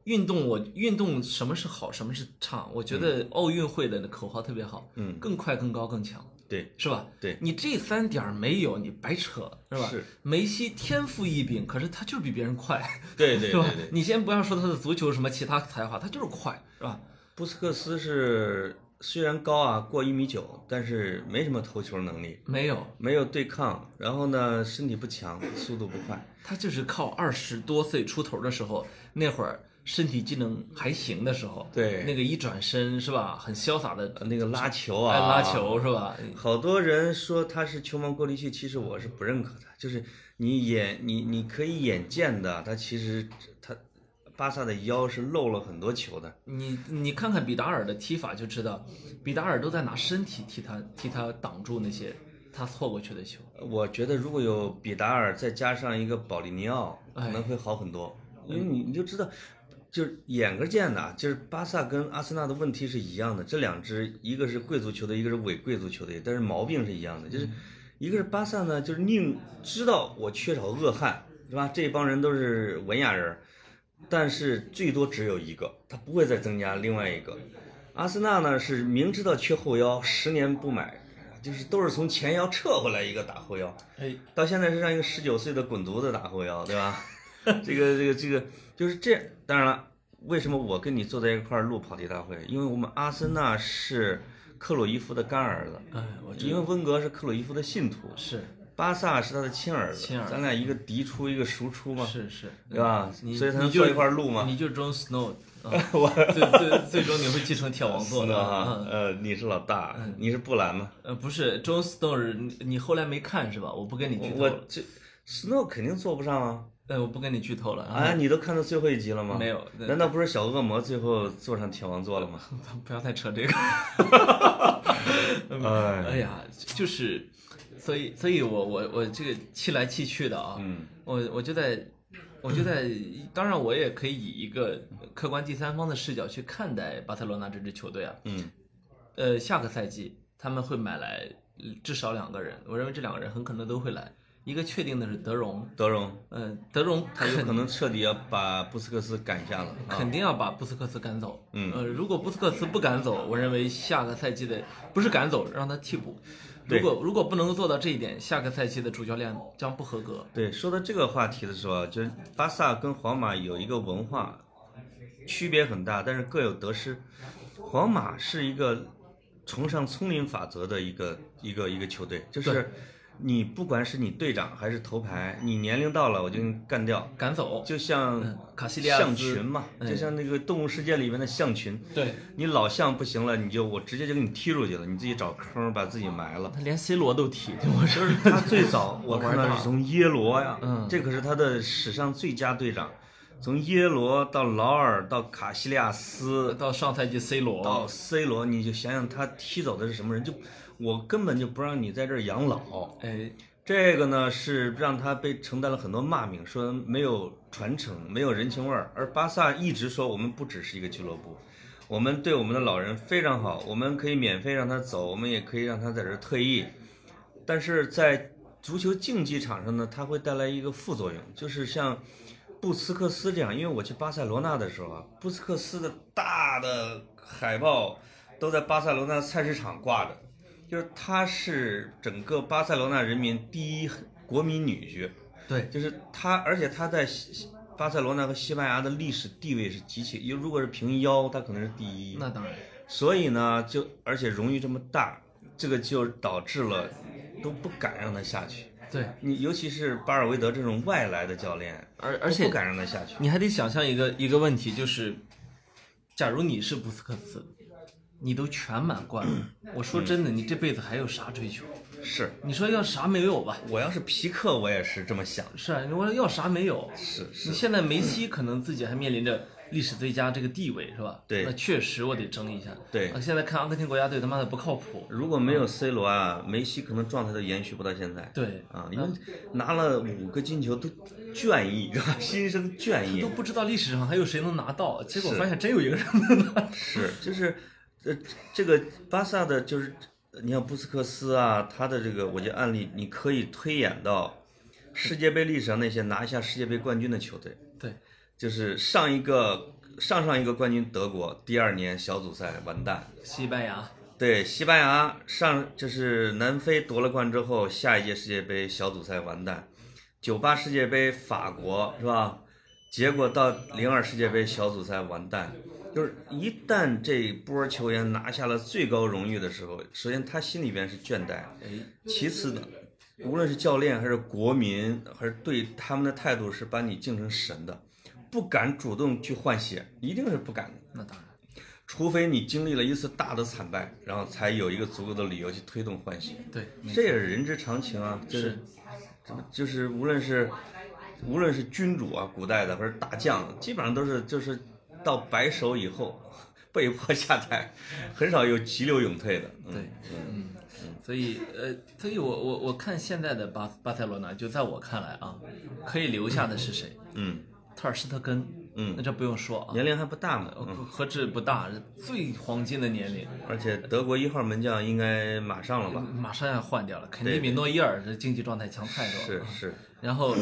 A: 运动我运动什么是好，什么是差？我觉得奥运会的口号特别好，
B: 嗯
A: 更快、更高、更强，
B: 对，
A: 是吧？
B: 对
A: 你这三点儿没有，你白扯，是吧？
B: 是
A: 梅西天赋异禀，可是他就是比别人快，
B: 对对
A: 是吧
B: 对对，
A: 你先不要说他的足球什么其他才华，他就是快，是吧？
B: 布斯克斯是虽然高啊，过一米九，但是没什么投球能力，
A: 没有，
B: 没有对抗，然后呢，身体不强，速度不快，
A: 他就是靠二十多岁出头的时候，那会儿身体机能还行的时候，
B: 对
A: 那个一转身是吧，很潇洒的
B: 呃那个拉球啊，
A: 爱拉。球是吧？
B: 好多人说他是球盲过滤器，其实我是不认可的。就是你眼你你可以眼见的，他其实他巴萨的腰是漏了很多球的。
A: 你你看看比达尔的踢法就知道，比达尔都在拿身体替他替他挡住那些他错过去的球。
B: 我觉得如果有比达尔再加上一个保利尼奥，
A: 哎
B: 可能会好很多，因为你你就知道，就是眼个见的啊，就是巴萨跟阿森纳的问题是一样的，这两支一个是贵族球队，一个是伪贵族球队，但是毛病是一样的，就是一个是巴萨呢，就是宁知道我缺少恶汉，是吧？这帮人都是文雅人，但是最多只有一个，他不会再增加另外一个。阿森纳呢是明知道缺后腰，十年不买，就是都是从前腰撤回来一个打后腰，
A: 哎，
B: 到现在是让一个十九岁的滚犊子打后腰，对吧？ 这个这个这个就是这样。当然了，为什么我跟你坐在一块儿录跑题大会？因为我们阿森纳是克鲁伊夫的干儿子，
A: 哎，我
B: 因为温格是克鲁伊夫的信徒，
A: 是
B: 巴萨是他的亲儿子，
A: 亲儿子
B: 咱俩一个嫡出一个庶出嘛，
A: 是是，
B: 对吧？
A: 你
B: 所以才能
A: 你就
B: 坐一块儿录嘛。
A: 你就 Jon Snow，啊 最最最终你会继承铁王座
B: 是
A: 的。
B: 吧
A: 嗯
B: 呃，你是老大，你是布兰吗？
A: 呃，不是 Jon Snow，是你你后来没看是吧？我不跟你剧透
B: 我
A: 了，
B: 这 Snow 肯定坐不上啊！
A: 呃，我不跟你剧透了。
B: 啊，你都看到最后一集了吗？
A: 没有对
B: 难道不是小恶魔最后坐上铁王座了 吗？
A: 不要太扯 这个。
B: 哎
A: 哎呀，就是，所以，所以我我我这个气来气去的啊，
B: 嗯，
A: 我我就在，我就在，当然我也可以以一个客观第三方的视角去看待巴塞罗那这支球队啊，
B: 嗯，
A: 呃，下个赛季他们会买来呃至少两个人，我认为这两个人很可能都会来，一个确定的是德容，
B: 德容
A: 嗯、德容
B: 他有
A: 肯
B: 可能彻底要把布斯克斯赶下了啊！
A: 肯定要把布斯克斯赶走。
B: 嗯
A: 呃，如果布斯克斯不赶走，我认为下个赛季的不是赶走，让他替补。如
B: 对
A: 果如果不能够做到这一点，下个赛季的主教练将不合格。
B: 对，说到这个话题的时候啊，就是巴萨跟皇马有一个文化区别很大，但是各有得失。皇马是一个崇尚丛林法则的一个一个一个球队，就是你不管是你队长还是头牌，你年龄到了我就给你干掉，
A: 赶走，
B: 就像
A: 卡西利亚斯
B: 嗯象群嘛，哎
A: 嗯
B: 就像那个动物世界里面的象群，
A: 对
B: 你老象不行了，你就我直接就给你踢出去了，你自己找坑把自己埋了。
A: 他连 C 罗都踢，我说
B: 就是他最早我看
A: 玩
B: 到
A: 大
B: 是从耶罗 呀，
A: 嗯
B: 这可是他的史上最佳队长，从耶罗到劳尔到卡西利亚 斯
A: 到上赛季 C 罗
B: 到 C 罗，你就想想他踢走的是什么人，就我根本就不让你在这儿养老。
A: 哎，
B: 这个呢是让他被承担了很多骂名，说没有传承，没有人情味儿。而巴萨一直说我们不只是一个俱乐部，我们对我们的老人非常好，我们可以免费让他走，我们也可以让他在这儿退役。但是在足球竞技场上呢，它会带来一个副作用，就是像布斯克斯这样，因为我去巴塞罗那的时候啊，布斯克斯的大的海报都在巴塞罗那菜市场挂着，就是她是整个巴塞罗那人民第一国民女婿，
A: 对，
B: 就是她，而且她在西西巴塞罗那和西班牙的历史地位是极其，如果是平腰，她可能是第一。
A: 那当然，
B: 所以呢，就而且荣誉这么大，这个就导致了都不敢让他下去。
A: 对，
B: 你尤其是巴尔韦德这种外来的教练，
A: 而而
B: 都
A: 且
B: 不敢让他下去。
A: 你还得想象一个一个问题，就是，假如你是布斯克斯，你都全满贯 了，我说真的，你这辈子还有啥追求？
B: 是
A: 你说要啥没有吧？
B: 我要是皮克，我也是这么想。
A: 是啊，我要啥没有？
B: 是是
A: 你，现在梅西可能自己还面临着历史最佳这个地位，是吧？
B: 对
A: 那确实我得争一下。
B: 对
A: 啊现在看阿根廷国家队他妈的不靠谱。
B: 如果没有 C 罗啊，梅西可能状态都延续不到现在。
A: 对
B: 啊，因为拿了五个金球都倦意，是吧？ 心生倦意
A: 都。不知道历史上还有谁能拿到，结果
B: 是
A: 发现真有一个人能拿到。
B: 是，就是，呃，这个巴萨的，就是你像布斯克斯啊，他的这个，我觉得案例你可以推演到世界杯历史上那些拿下世界杯冠军的球队，
A: 对，
B: 就是上一个上上一个冠军德国，第二年小组赛完蛋，
A: 西班牙，
B: 对，西班牙上就是南非夺了冠之后，下一届世界杯小组赛完蛋，九八世界杯法国是吧？结果到零二世界杯小组赛完蛋，就是一旦这波球员拿下了最高荣誉的时候，首先他心里边是倦怠，
A: 哎，
B: 其次呢，无论是教练还是国民，还是对他们的态度是把你敬成神的，不敢主动去换血，一定是不敢的。
A: 那当然，
B: 除非你经历了一次大的惨败，然后才有一个足够的理由去推动换血，
A: 对，
B: 这也是人之常情啊。就是
A: 是，
B: 就是无论是无论是君主啊，古代的或者大将，基本上都是就是到白手以后 被迫下台， 很少有急流勇退的。嗯、
A: 对，嗯，所以呃，所以我我我看现在的巴巴塞罗那，就在我看来啊，可以留下的是谁？
B: 嗯，
A: 特尔施特根，
B: 嗯
A: 那这不用说啊，
B: 年龄还不大嘛，嗯，
A: 不何止不大，最黄金的年龄，
B: 而且德国一号门将应该马上了吧？
A: 马上要换掉了，肯
B: 对
A: 定比诺伊尔的经济状态强太多
B: 是
A: 了。
B: 是，
A: 然后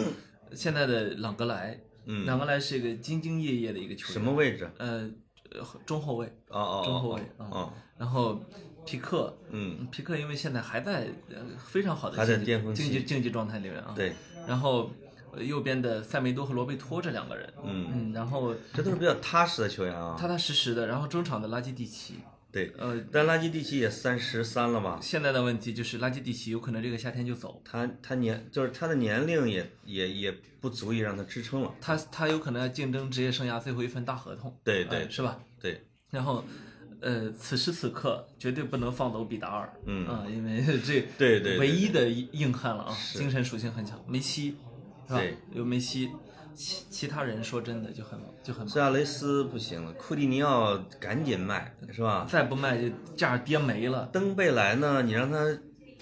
A: 现在的朗格莱，
B: 嗯，
A: 朗格莱是一个兢兢业业的一个球员，
B: 什么位置？
A: 呃呃中后卫，
B: 哦哦，哦
A: 中后卫啊
B: 哦，
A: 然后皮克。
B: 嗯，
A: 皮克因为现在还在呃非常好的
B: 还在
A: 竞技
B: 巅峰期
A: 竞技竞技状态里面啊，
B: 对，
A: 然后呃右边的塞梅多和罗贝托这两个人，
B: 嗯，
A: 嗯，然后
B: 这都是比较踏实的球员啊。
A: 踏踏实实的，然后中场的拉基蒂奇，
B: 对，
A: 呃，
B: 但拉基蒂奇也三十三了嘛，
A: 现在的问题就是拉基蒂奇有可能这个夏天就走，
B: 他他年就是他的年龄也也也不足以让他支撑了。
A: 他他有可能要竞争职业生涯最后一份大合同，
B: 对
A: 呃
B: 对
A: 是吧？
B: 对，
A: 然后，呃，此时此刻绝对不能放走比达尔，
B: 嗯
A: 啊、因为这
B: 对对对
A: 唯一的硬汉了啊，
B: 是
A: 精神属性很强，梅西是吧
B: 对？
A: 有梅西，其其他人说真的就很就很
B: 苏亚雷斯不行了，库蒂尼奥赶紧卖是吧？
A: 再不卖就价儿跌没了。
B: 登贝莱呢，你让他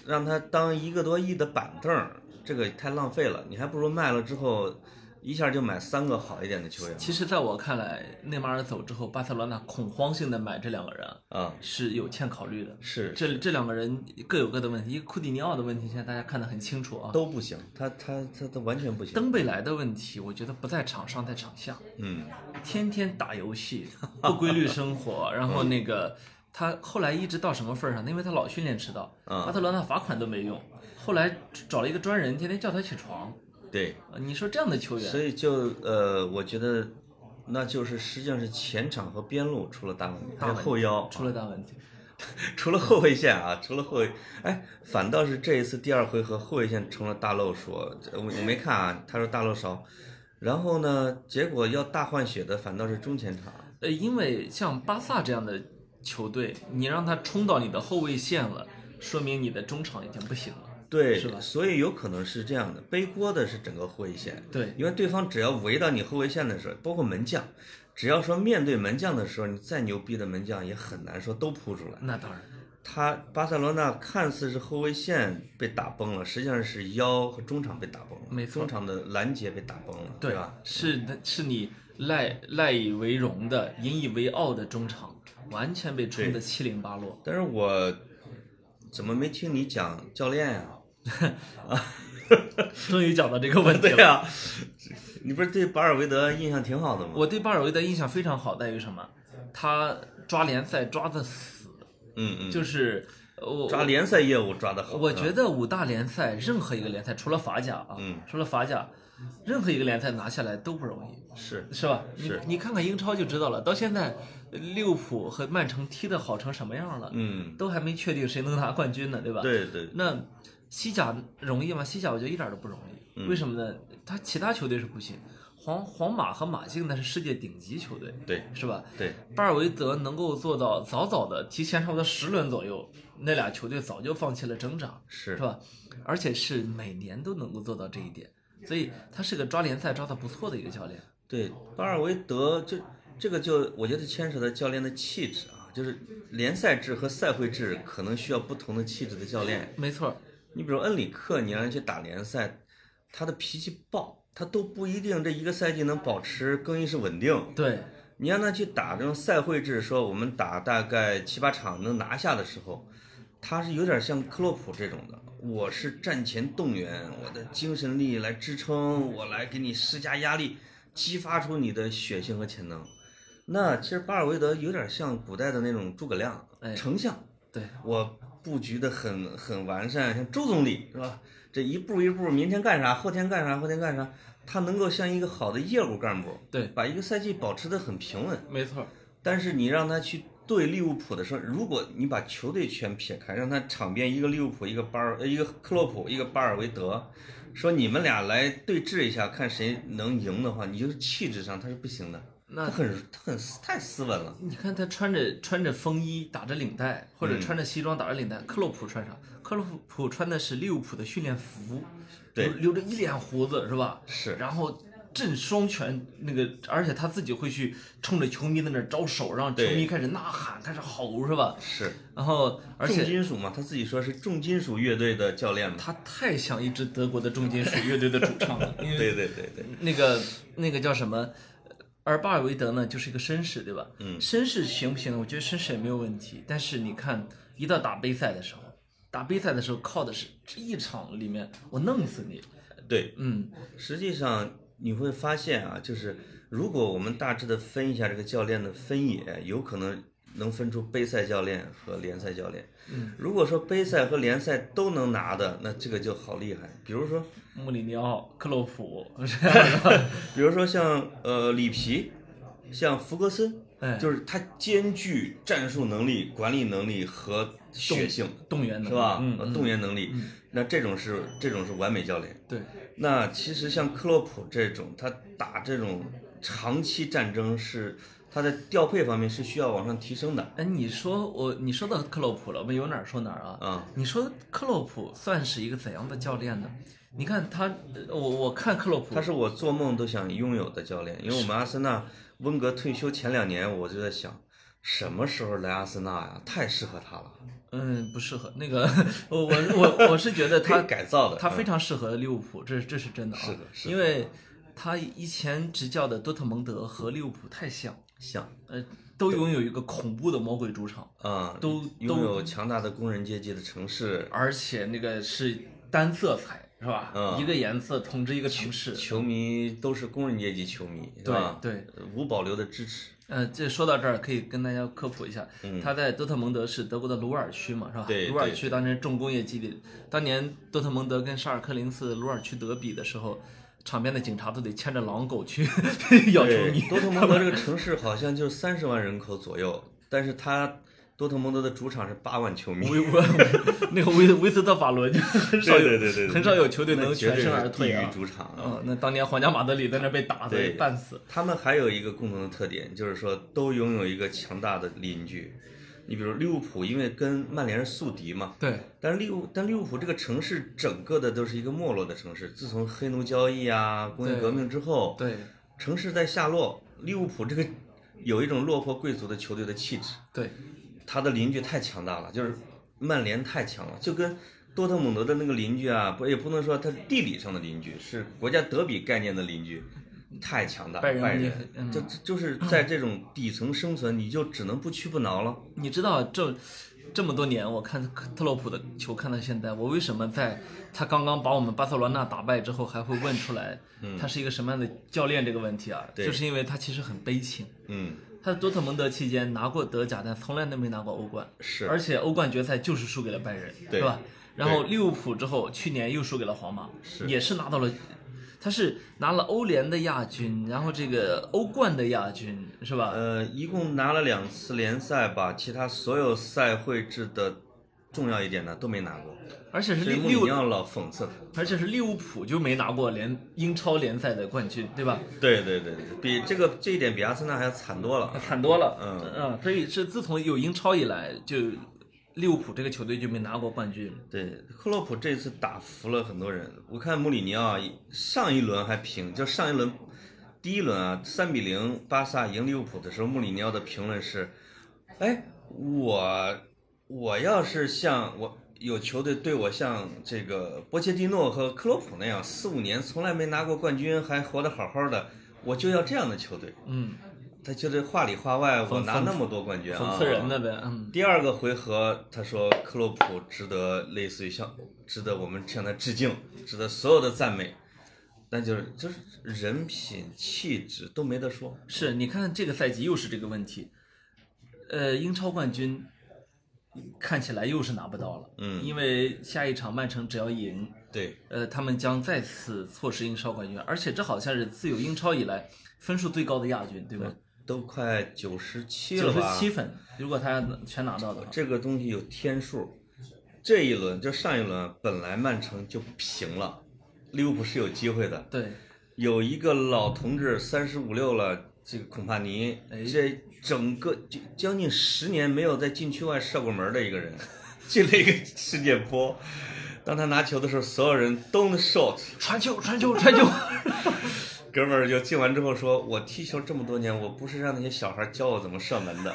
B: 让他当一个多亿的板凳儿，这个太浪费了。你还不如卖了之后，一下就买三个好一点的球员
A: 其实，在我看来，内马尔走之后，巴塞罗那恐慌性的买这两个人啊
B: 啊、
A: 是有欠考虑的。
B: 是
A: 这这两个人各有各的问题，一个库蒂尼奥的问题现在大家看得很清楚啊。
B: 都不行，他他他他完全不行。
A: 登贝莱的问题，我觉得不在场上，在场下，
B: 嗯，
A: 天天打游戏，不规律生活，然后那个他后来一直到什么份儿上呢？因为他老训练迟到，
B: 嗯
A: 巴塞罗那罚款都没用，后来找了一个专人，天天叫他起床。
B: 对，
A: 呃你说这样的球员，
B: 所以就呃，我觉得那就是实际上是前场和边路出了大问题，还有
A: 问题
B: 后腰
A: 出了大问题。
B: 除了后卫线啊，除了后卫，哎，反倒是这一次第二回合后卫线成了大漏说，这我我没看啊，他说大漏勺，然后呢，结果要大换血的反倒是中前场，
A: 呃，因为像巴萨这样的球队，你让他冲到你的后卫线了，说明你的中场已经不行了。
B: 对，
A: 是吧
B: 所以有可能是这样的，背锅的是整个后卫线，
A: 对，
B: 因为对方只要围到你后卫线的时候，包括门将，只要说面对门将的时候，你再牛逼的门将也很难说都扑出来。
A: 那当然，
B: 他巴塞罗那看似是后卫线被打崩了，实际上是腰和中场被打崩了，
A: 没错
B: 中场的拦截被打崩了，对吧？
A: 是的，是你赖赖以为荣的、引以为傲的中场，完全被冲得七零八落。
B: 但是我怎么没听你讲教练呀、
A: 终于讲到这个问题
B: 对啊
A: 了。
B: 呀、你不是对巴尔韦德印象挺好的吗？
A: 我对巴尔韦德印象非常好，在于什么？他抓联赛抓的死，
B: 嗯嗯，
A: 就是呃我
B: 抓嗯联赛业务抓得好。
A: 我觉
B: 得
A: 得五大联赛任何一个联赛，除了法甲啊，
B: 嗯
A: 除了法甲，任何一个联赛拿下来都不容易。
B: 是
A: 是吧？
B: 是
A: 你你看看英超就知道了，到现在利物浦和曼城踢得好成什么样了，
B: 嗯，
A: 都还没确定谁能拿冠军呢，对吧？。
B: 对对，
A: 那西甲容易吗？西甲我觉得一点都不容易，
B: 嗯
A: 为什么呢？他其他球队是不行，皇皇马和马竞那是世界顶级球队，
B: 对
A: 是吧？
B: 对
A: 巴尔韦德能够做到早早的提前差不多十轮左右，那俩球队早就放弃了挣扎，
B: 是
A: 是吧？而且是每年都能够做到这一点，所以他是个抓联赛抓的不错的一个教练。
B: 对，巴尔韦德就这个就我觉得牵扯到教练的气质啊，就是联赛制和赛会制可能需要不同的气质的教练。
A: 没错儿，
B: 你比如恩里克，你让人去打联赛，他的脾气暴，他都不一定这一个赛季能保持更衣室稳定。
A: 对，
B: 你让他去打这种赛会制，说我们打大概七八场能拿下的时候，他是有点像克洛普这种的。我是战前动员，我的精神力来支撑，我来给你施加压力，激发出你的血性和潜能。那其实巴尔韦德有点像古代的那种诸葛亮
A: 哎、
B: 丞相，
A: 对，
B: 我布局的很很完善，像周总理是吧？这一步一步，明天干啥，后天干啥，后天干啥，他能够像一个好的业务干部，
A: 对
B: 把一个赛季保持的很平稳。
A: 没错儿，
B: 但是你让他去对利物浦的时候，如果你把球队全撇开，让他场边一个利物浦，一个巴尔，呃一个克洛普，一个巴尔韦德，说你们俩来对峙一下，看谁能赢的话，你就是气质上他是不行的，他
A: 那
B: 很他很太斯文了，
A: 你看他穿着穿着风衣打着领带，或者穿着西装打着领带，克洛普穿啥？克洛普穿的是利物浦的训练服，
B: 对
A: 留留着一脸胡子是吧？
B: 是
A: 然后振双拳，那个而且他自己会去冲着球迷在那儿招手，让球
B: 对
A: 迷开始呐喊，开始吼是吧？
B: 是
A: 然后而
B: 重
A: 且
B: 金属嘛，他自己说是重金属乐队的教练嘛，
A: 他太像一支德国的重金属乐队的主唱 了，因为
B: 对对对对，
A: 那个那个叫什么？而巴尔维德呢，就是一个绅士，对吧？
B: 嗯
A: 绅士行不行呢？我觉得绅士也没有问题。但是你看，一到打杯赛的时候，打杯赛的时候靠的是这一场里面我弄死你。
B: 对，
A: 嗯，
B: 实际上你会发现啊，就是如果我们大致的分一下这个教练的分野，有可能能分出杯赛教练和联赛教练。
A: 嗯，
B: 如果说杯赛和联赛都能拿的，那这个就好厉害。比如说，
A: 穆里尼奥、克 洛普这样的，
B: 比如说像呃里皮，像福格森，
A: 哎，
B: 就是他兼具战术能力、管理能力和血性，
A: 动员能力
B: 是吧？
C: 嗯
B: 呃动员能力，那这种是这种是完美教练。
A: 对，
B: 那其实像克洛普这种，他打这种长期战争是他在调配方面是需要往上提升的
A: 哎，你说我你说到克洛普了，我们有哪儿说哪儿啊？
B: 啊。
A: 你说克洛普算是一个怎样的教练呢？你看他，呃我我看克洛普，
B: 他是我做梦都想拥有的教练，因为我们阿森纳温格退休前两年，我就在想，什么时候来阿森纳呀？太适合他了，
A: 嗯不适合那个，我我我我是觉 得
B: 可
A: 他
B: 以改造的，
A: 他非
B: 嗯
A: 常适合利物浦，这这是真的啊。
B: 是的是的
A: 因为他以前执教的多特蒙德和利物浦太像，
B: 像
A: 呃，都拥有一个恐怖的魔鬼主场，
B: 啊，
A: 都
B: 拥
A: 都
B: 有强大的工人阶级的城市，
A: 而且那个是单色彩，是吧？
B: 嗯
A: 一个颜色统治一个城市。
B: 球迷都是工人阶级球迷，是吧？
A: 对
B: 呃，无保留的支持。
A: 呃，这说到这儿可以跟大家科普一下，他在多特蒙德是德国的鲁尔区嘛，是吧？
B: 嗯对
A: 鲁尔
B: 对
A: 区当年重工业基地，当年多特蒙德跟沙尔克零四鲁尔区德比的时候，场边的警察都得牵着狼狗去 咬球
B: 对
A: 迷。
B: 多特蒙德这个城市好像就三十万人口左右，但是他多特蒙德的主场是八万球迷，
A: 维维那个维维斯特法伦就很少有
B: 对对对对对
A: 很少有球队能
B: 那绝
A: 全
B: 对
A: 身而
B: 是地
A: 退
B: 狱
A: 啊。
B: 主场啊。
A: 嗯，那当年皇家马德里在那被打的
B: 对
A: 半死，
B: 他们还有一个共同的特点，就是说都拥有一个强大的邻居。你比如利物浦，因为跟曼联是宿敌嘛，
A: 对，
B: 但是利物但利物浦这个城市整个的都是一个没落的城市。自从黑奴交易啊、工业
A: 对
B: 革命之后，
A: 对
B: 城市在下落。利物浦这个有一种落魄贵族的球队的气质，
A: 对，
B: 他的邻居太强大了，就是曼联太强了，就跟多特蒙德的那个邻居啊，不也不能说他是地理上的邻居，是国家德比概念的邻居，太强大了。
A: 拜
B: 拜
A: 仁慕尼黑嗯
B: 这这就是在这种底层生存，你就只能不屈不挠了。
A: 你知道这这么多年，我看特洛普的球看到现在，我为什么在他刚刚把我们巴塞罗那打败之后，还会问出来他是一个什么样的教练这个问题啊？
B: 嗯对
A: 就是因为他其实很悲情。
B: 嗯，
A: 他在多特蒙德期间拿过德甲，但从来都没拿过欧冠。
B: 是
A: 而且欧冠决赛就是输给了拜仁，
B: 对
A: 是吧？然后利物浦之后，去年又输给了皇马，
B: 是
A: 也是拿到了，他是拿了欧联的亚军，然后这个欧冠的亚军，是吧？
B: 呃，一共拿了两次联赛吧，其他所有赛会制的重要一点的都没拿过，
A: 而且是
B: 所以
A: 利
B: 穆
A: 利
B: 里
A: 物
B: 尼奥老讽刺他。
A: 而且是利物浦就没拿过联英超联赛的冠军，对吧？
B: 对对对，对比这个这一点比阿森纳还要惨多了。
A: 惨多了，
B: 嗯
A: 嗯，所以是自从有英超以来，就利物浦这个球队就没拿过冠军。
B: 对，克洛普这次打服了很多人。我看穆里尼奥上一轮还平，就上一轮第一轮啊，三比零巴萨赢利物浦的时候，穆里尼奥的评论是：哎，我我要是像我有球队对我像这个波切蒂诺和克洛普那样，四五年从来没拿过冠军，还活得好好的，我就要这样的球队。
A: 嗯，
B: 他就是话里话外，我拿
A: 讽
B: 那么多冠军啊，
A: 讽刺人的呗，嗯，
B: 第二个回合，他说克洛普值得类似于像值得我们向他致敬，值得所有的赞美。那就是就是人品气质都没得说，
A: 是你看这个赛季又是这个问题，呃，英超冠军看起来又是拿不到了，
B: 嗯
A: 因为下一场曼城只要赢，
B: 对，
A: 呃，他们将再次错失英超冠军，而且这好像是自有英超以来分数最高的亚军，对吧？
B: 都快九十七
A: 九
B: 了
A: 十
B: 吧？
A: 七分，如果他全拿到的话，
B: 这个东西有天数。这一轮就上一轮，本来曼城就平了，利物浦是有机会的。
A: 对，
B: 有一个老同志三十五六了，这个孔帕尼，这整个就将近十年没有在禁区外射过门的一个人，进了一个世界波。当他拿球的时候，所有人 don't shot，
A: 传球，传球，传球。
B: 哥们儿就进完之后说：“我踢球这么多年，我不是让那些小孩教我怎么射门的。”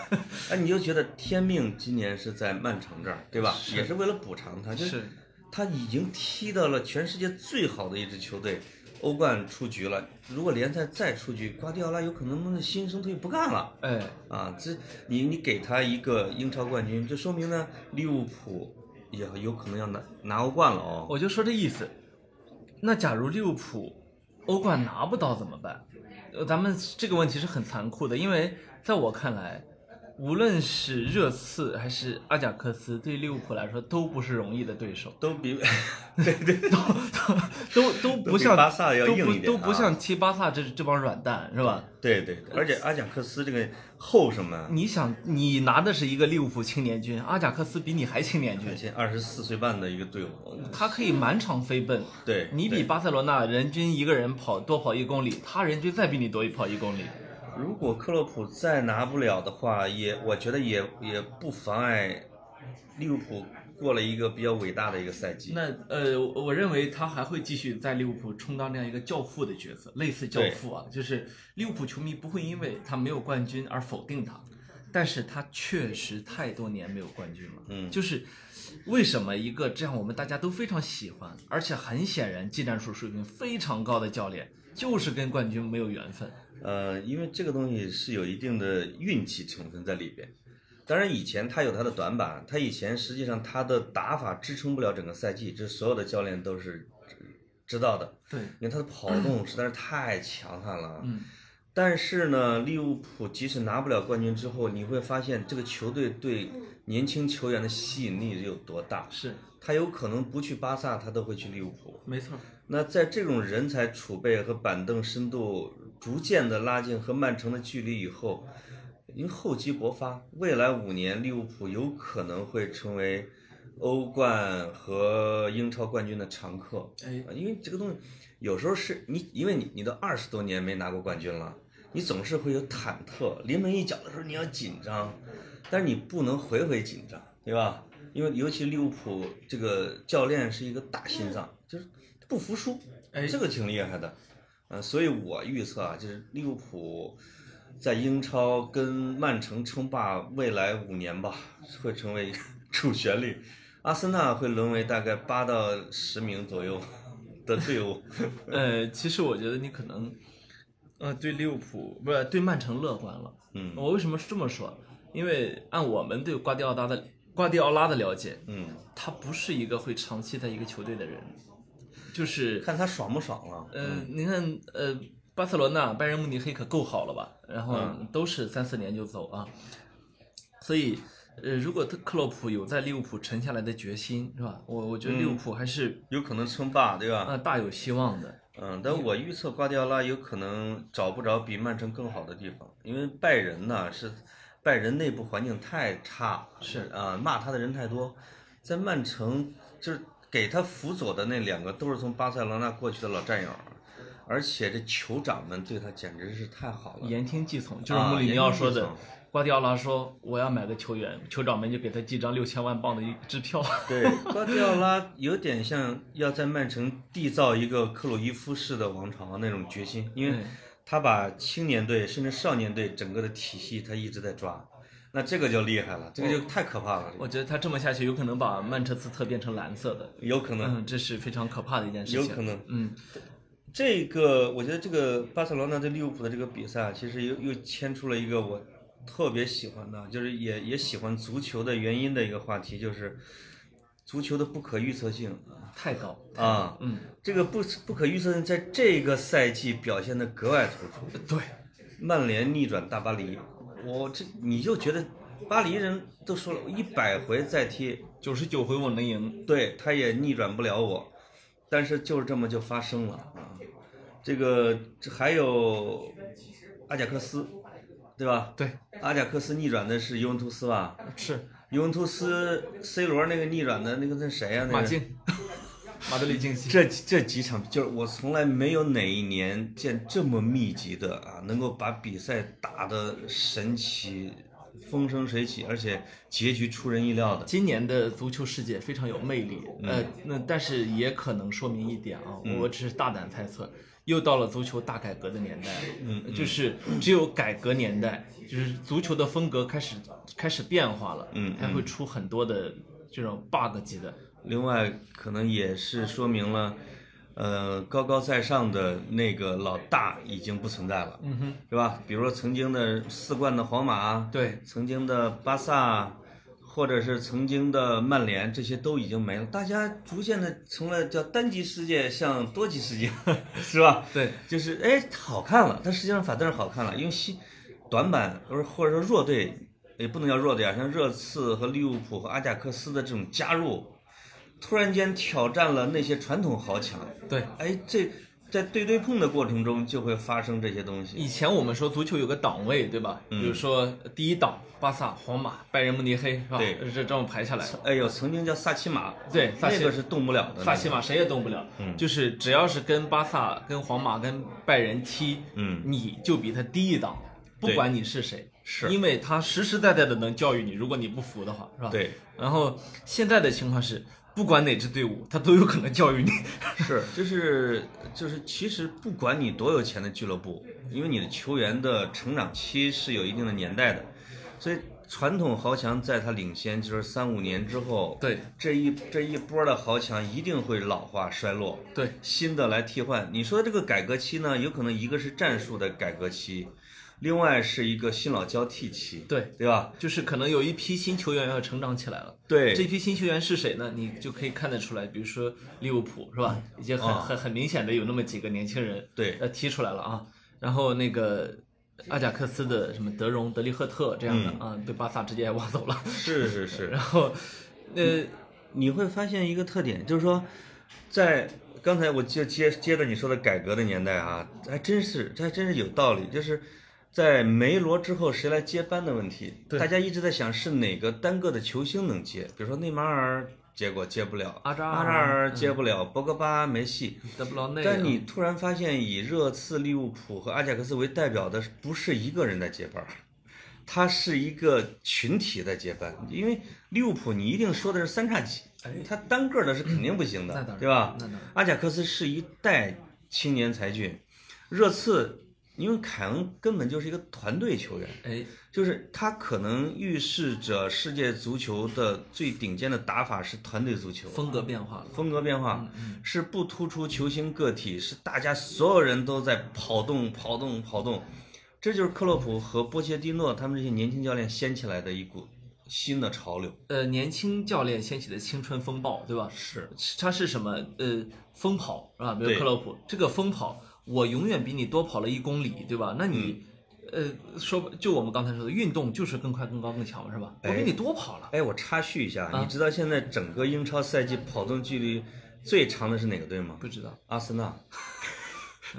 B: 哎，你就觉得天命今年是在曼城这儿，对吧？也是为了补偿他，就是
A: 是
B: 他已经踢到了全世界最好的一支球队，欧冠出局了。如果联赛再出局，瓜迪奥拉有可能心生退不干了
A: 哎，
B: 啊！这你你给他一个英超冠军，这说明呢，利物浦也有可能要拿拿欧冠了哦。
A: 我就说这意思。那假如利物浦欧冠拿不到怎么办？呃，咱们这个问题是很残酷的，因为在我看来，无论是热刺还是阿贾克斯，对利物浦来说都不是容易的对手，
B: 都比 对对
A: 都都
B: 比
A: 不像
B: 巴萨要
A: 都
B: 硬
A: 不
B: 一点
A: 都不
B: 啊
A: 像踢巴萨这这帮软蛋是吧？
B: 对对对，而且阿贾克斯这个后什么，
A: 你想，你拿的是一个利物浦青年军，阿贾克斯比你还青年军，
B: 嗯现二十四岁半的一个队伍，
A: 他可以满场飞奔。
B: 对
A: 你比
B: 对
A: 巴塞罗那人均一个人跑多跑一公里，他人均再比你多跑一公里。
B: 如果克洛普再拿不了的话，也我觉得也也不妨碍利物浦过了一个比较伟大的一个赛季。
A: 那呃，我我认为他还会继续在利物浦充当这样一个教父的角色，类似教父啊，就是利物浦球迷不会因为他没有冠军而否定他，但是他确实太多年没有冠军了。
B: 嗯
A: 就是为什么一个这样我们大家都非常喜欢，而且很显然技战术水平非常高的教练，就是跟冠军没有缘分。
B: 呃，因为这个东西是有一定的运气成分在里边。当然，以前他有他的短板，他以前实际上他的打法支撑不了整个赛季，这所有的教练都是知道的。
A: 对，
B: 因为他的跑动实在是太强悍了。啊
A: 嗯，
B: 但是呢，利物浦即使拿不了冠军之后，你会发现这个球队对年轻球员的吸引力有多大。
A: 是
B: 他有可能不去巴萨，他都会去利物浦。
A: 没错。
B: 那在这种人才储备和板凳深度逐渐的拉近和曼城的距离以后，因为厚积薄发，未来五年利物浦有可能会成为欧冠和英超冠军的常客。啊
A: 哎，
B: 因为这个东西有时候是你，因为你你都二十多年没拿过冠军了，你总是会有忐忑，临门一脚的时候你要紧张，但是你不能回回紧张，对吧？因为尤其利物浦这个教练是一个大心脏，就是不服输，
A: 哎
B: 这个挺厉害的，嗯，所以我预测啊，就是利物浦在英超跟曼城称霸未来五年吧，会成为 主旋律。阿森纳会沦为大概八到十名左右的队伍。
A: 呃，其实我觉得你可能，呃，对利物浦不是对曼城乐观了。
B: 嗯
A: 我为什么这么说？因为按我们对瓜迪奥拉的瓜迪奥拉的了解，
B: 嗯，
A: 他不是一个会长期在一个球队的人，就是
B: 看他嗯爽不爽了。
A: 呃，你看呃，巴塞罗那、拜仁慕尼黑可够好了吧？然后
B: 嗯
A: 都是三四年就走啊，所以。呃，如果特克洛普有在利物浦沉下来的决心，是吧？我我觉得
B: 嗯
A: 利物浦还是、
B: 有可能称霸，对吧？
A: 呃大有希望的。
B: 嗯，但我预测瓜迪奥拉有可能找不着比曼城更好的地方，因为拜仁呢是拜仁内部环境太差，
A: 是
B: 啊、骂他的人太多，在曼城就是给他辅佐的那两个都是从巴塞罗那过去的老战友，而且这酋长们对他简直是太好了，
A: 言听计从，就是
B: 啊
A: 穆里
B: 言
A: 尼奥
B: 听计
A: 说的
B: 从。
A: 瓜迪奥拉说：“我要买个球员，酋长们就给他寄张六千万镑的一支 票。
B: 对，瓜迪奥拉有点像要在曼城缔造一个克鲁伊夫式的王朝那种决心，因为
A: 对
B: 他把青年队甚至少年队整个的体系他一直在抓，那这个就厉害了，这
A: 哦
B: 个就太可怕了，
A: 我觉得他这么下去，有可能把曼彻斯特变成蓝色的，
B: 有可能，
A: 嗯，这是非常可怕的一件事
B: 有
A: 情。
B: 可能。
A: 嗯，
B: 这个我觉得这个巴塞罗那对利物浦的这个比赛啊，其实又又牵出了一个我特别喜欢的，就是也也喜欢足球的原因的一个话题，就是足球的不可预测性
A: 太高。
B: 啊。
A: 嗯，
B: 这个不不可预测性在这个赛季表现的格外突出。
A: 对，
B: 曼联逆转大巴黎，我这你就觉得巴黎人都说了一百回再踢，
A: 九十九回我能赢。
B: 对他也逆转不了我，但是就是这么就发生了啊。这个这还有阿贾克斯，对吧？
A: 对，
B: 阿贾克斯逆转的是尤文图斯吧？
A: 是
B: 尤文图斯 C 罗那个逆转的那个那谁呀、啊那个
A: 马 竞，马德里竞技。
B: 这这几场就是我从来没有哪一年见这么密集的啊，能够把比赛打得神奇、风生水起，而且结局出人意料的。
A: 今年的足球世界非常有魅力，
B: 嗯
A: 呃，那但是也可能说明一点啊，我只是大胆猜测，又到了足球大改革的年代了，嗯，就是只有改革年代，就是足球的风格开始开始变化了，
B: 嗯
A: 才会出很多的这种 bug 级的，
B: 另外，可能也是说明了，呃，高高在上的那个老大已经不存在了，嗯哼，是吧？比如说曾经的四冠的皇马，啊
A: 对，
B: 曾经的巴萨，或者是曾经的曼联，这些都已经没了。大家逐渐的成了叫单极世界向多极世界， 是吧？
A: 对，
B: 就是哎好看了，但实际上反倒是好看了，因为新短板或者或者说弱队也不能叫弱点，像热刺和利物浦和阿贾克斯的这种加入，突然间挑战了那些传统豪强。
A: 对，
B: 哎，这在对对碰的过程中就会发生这些东
A: 以
B: 西。
A: 前我们说足球有个档位，对吧？
B: 嗯
A: 比如说第一档，巴萨、皇马、拜仁慕尼黑，是吧？
B: 对
A: 这这么排下来。
B: 哎呦，曾经叫萨奇马，
A: 对萨
B: 那嗯
A: 奇
B: 个是动不了的。
A: 萨奇，马谁也动不了，就是只要是跟巴萨、跟皇马、跟拜仁踢，
B: 嗯
A: 你就比他低一档，不
B: 对
A: 管你是谁，
B: 是
A: 因为他实实在在的能教育你，如果你不服的话，是吧？
B: 对。
A: 然后现在的情况是，不管哪支队伍，他都有可能教育你。
B: 是，就是就是，其实不管你多有钱的俱乐部，因为你的球员的成长期是有一定的年代的，所以传统豪强在他领先，就是三五年之后，
A: 对
B: 这一这一波的豪强一定会老化衰落，
A: 对，
B: 新的来替换。你说这个改革期呢，有可能一个是战术的改革期，另外是一个新老交替期，
A: 对
B: 对吧？
A: 就是可能有一批新球员要成长起来了。
B: 对
A: 这批新球员是谁呢？你就可以看得出来，比如说利物浦是吧？已经很、
B: 啊
A: 很很明显的有那么几个年轻人
B: 对
A: 呃踢出来了啊。然后那个阿贾克斯的什么德容、德利赫特这样的、
B: 嗯
A: 啊，被巴萨直接挖走了。
B: 是是是
A: 然。后，
B: 嗯
A: 呃，
B: 你会发现一个特点，就是说，在刚才我接接接着你说的改革的年代啊，还真是这还真是有道理，就是在梅罗之后谁来接班的问题，大家一直在想是哪个单个的球星能接，比如说内马尔，结果接不了，
A: 阿扎尔嗯
B: 阿扎尔接不了，博格巴没戏。
A: 德布劳内啊，
B: 但你突然发现，以热刺、利物浦和阿贾克斯为代表的不是一个人在接班儿，他是一个群体在接班。因为利物浦，你一定说的是三叉戟，他单个儿的是肯定不行
A: 哎那
B: 的
A: 当，然
B: 对吧
A: 那当然？
B: 阿贾克斯是一代青年才俊，热刺因为凯恩根本就是一个团队球员，
A: 哎，
B: 就是他可能预示着世界足球的最顶尖的打法是团队足球。
A: 风格变化了。
B: 风格变
A: 嗯
B: 化，是不突出球星个体，是大家所有人都在跑动、跑动、跑动，这就是克洛普和波切蒂诺他们这些年轻教练掀起来的一股新的潮流。
A: 呃，年轻教练掀起的青春风暴，对吧？
B: 是
A: 它是什么？呃，疯跑啊，比
B: 对
A: 如克洛普这个疯跑，我永远比你多跑了一公里，对吧？那你，
B: 嗯
A: 呃，说就我们刚才说的，运动就是更快、更高、更强，是吧？我比你多跑了，
B: 哎，我插叙一下，
A: 啊
B: 你知道现在整个英超赛季跑动距离最长的是哪个队吗？
A: 不知道，
B: 阿 森纳，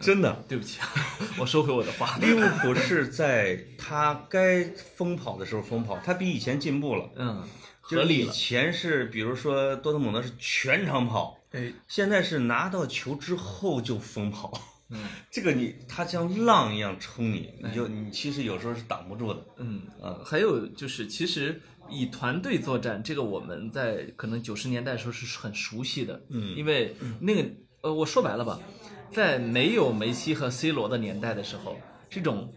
B: 真的。
A: 对不起，啊 我收回我的话。
B: 利物浦是在他该疯跑的时候疯跑，他比以前进步了，
A: 嗯，
B: 就是
A: 合理
B: 以
A: 了。
B: 前是比如说多特蒙德是全场跑，
A: 哎，
B: 现在是拿到球之后就疯跑，
A: 嗯
B: 这个你他像浪一样冲你，你
A: 哎
B: 就你其实有时候是挡不住的。
A: 嗯，呃，还有就是，其实以团队作战，这个我们在可能九十年代的时候是很熟悉的，嗯，因为那个呃，我说白了吧，在没有梅西和 C 罗的年代的时候，这种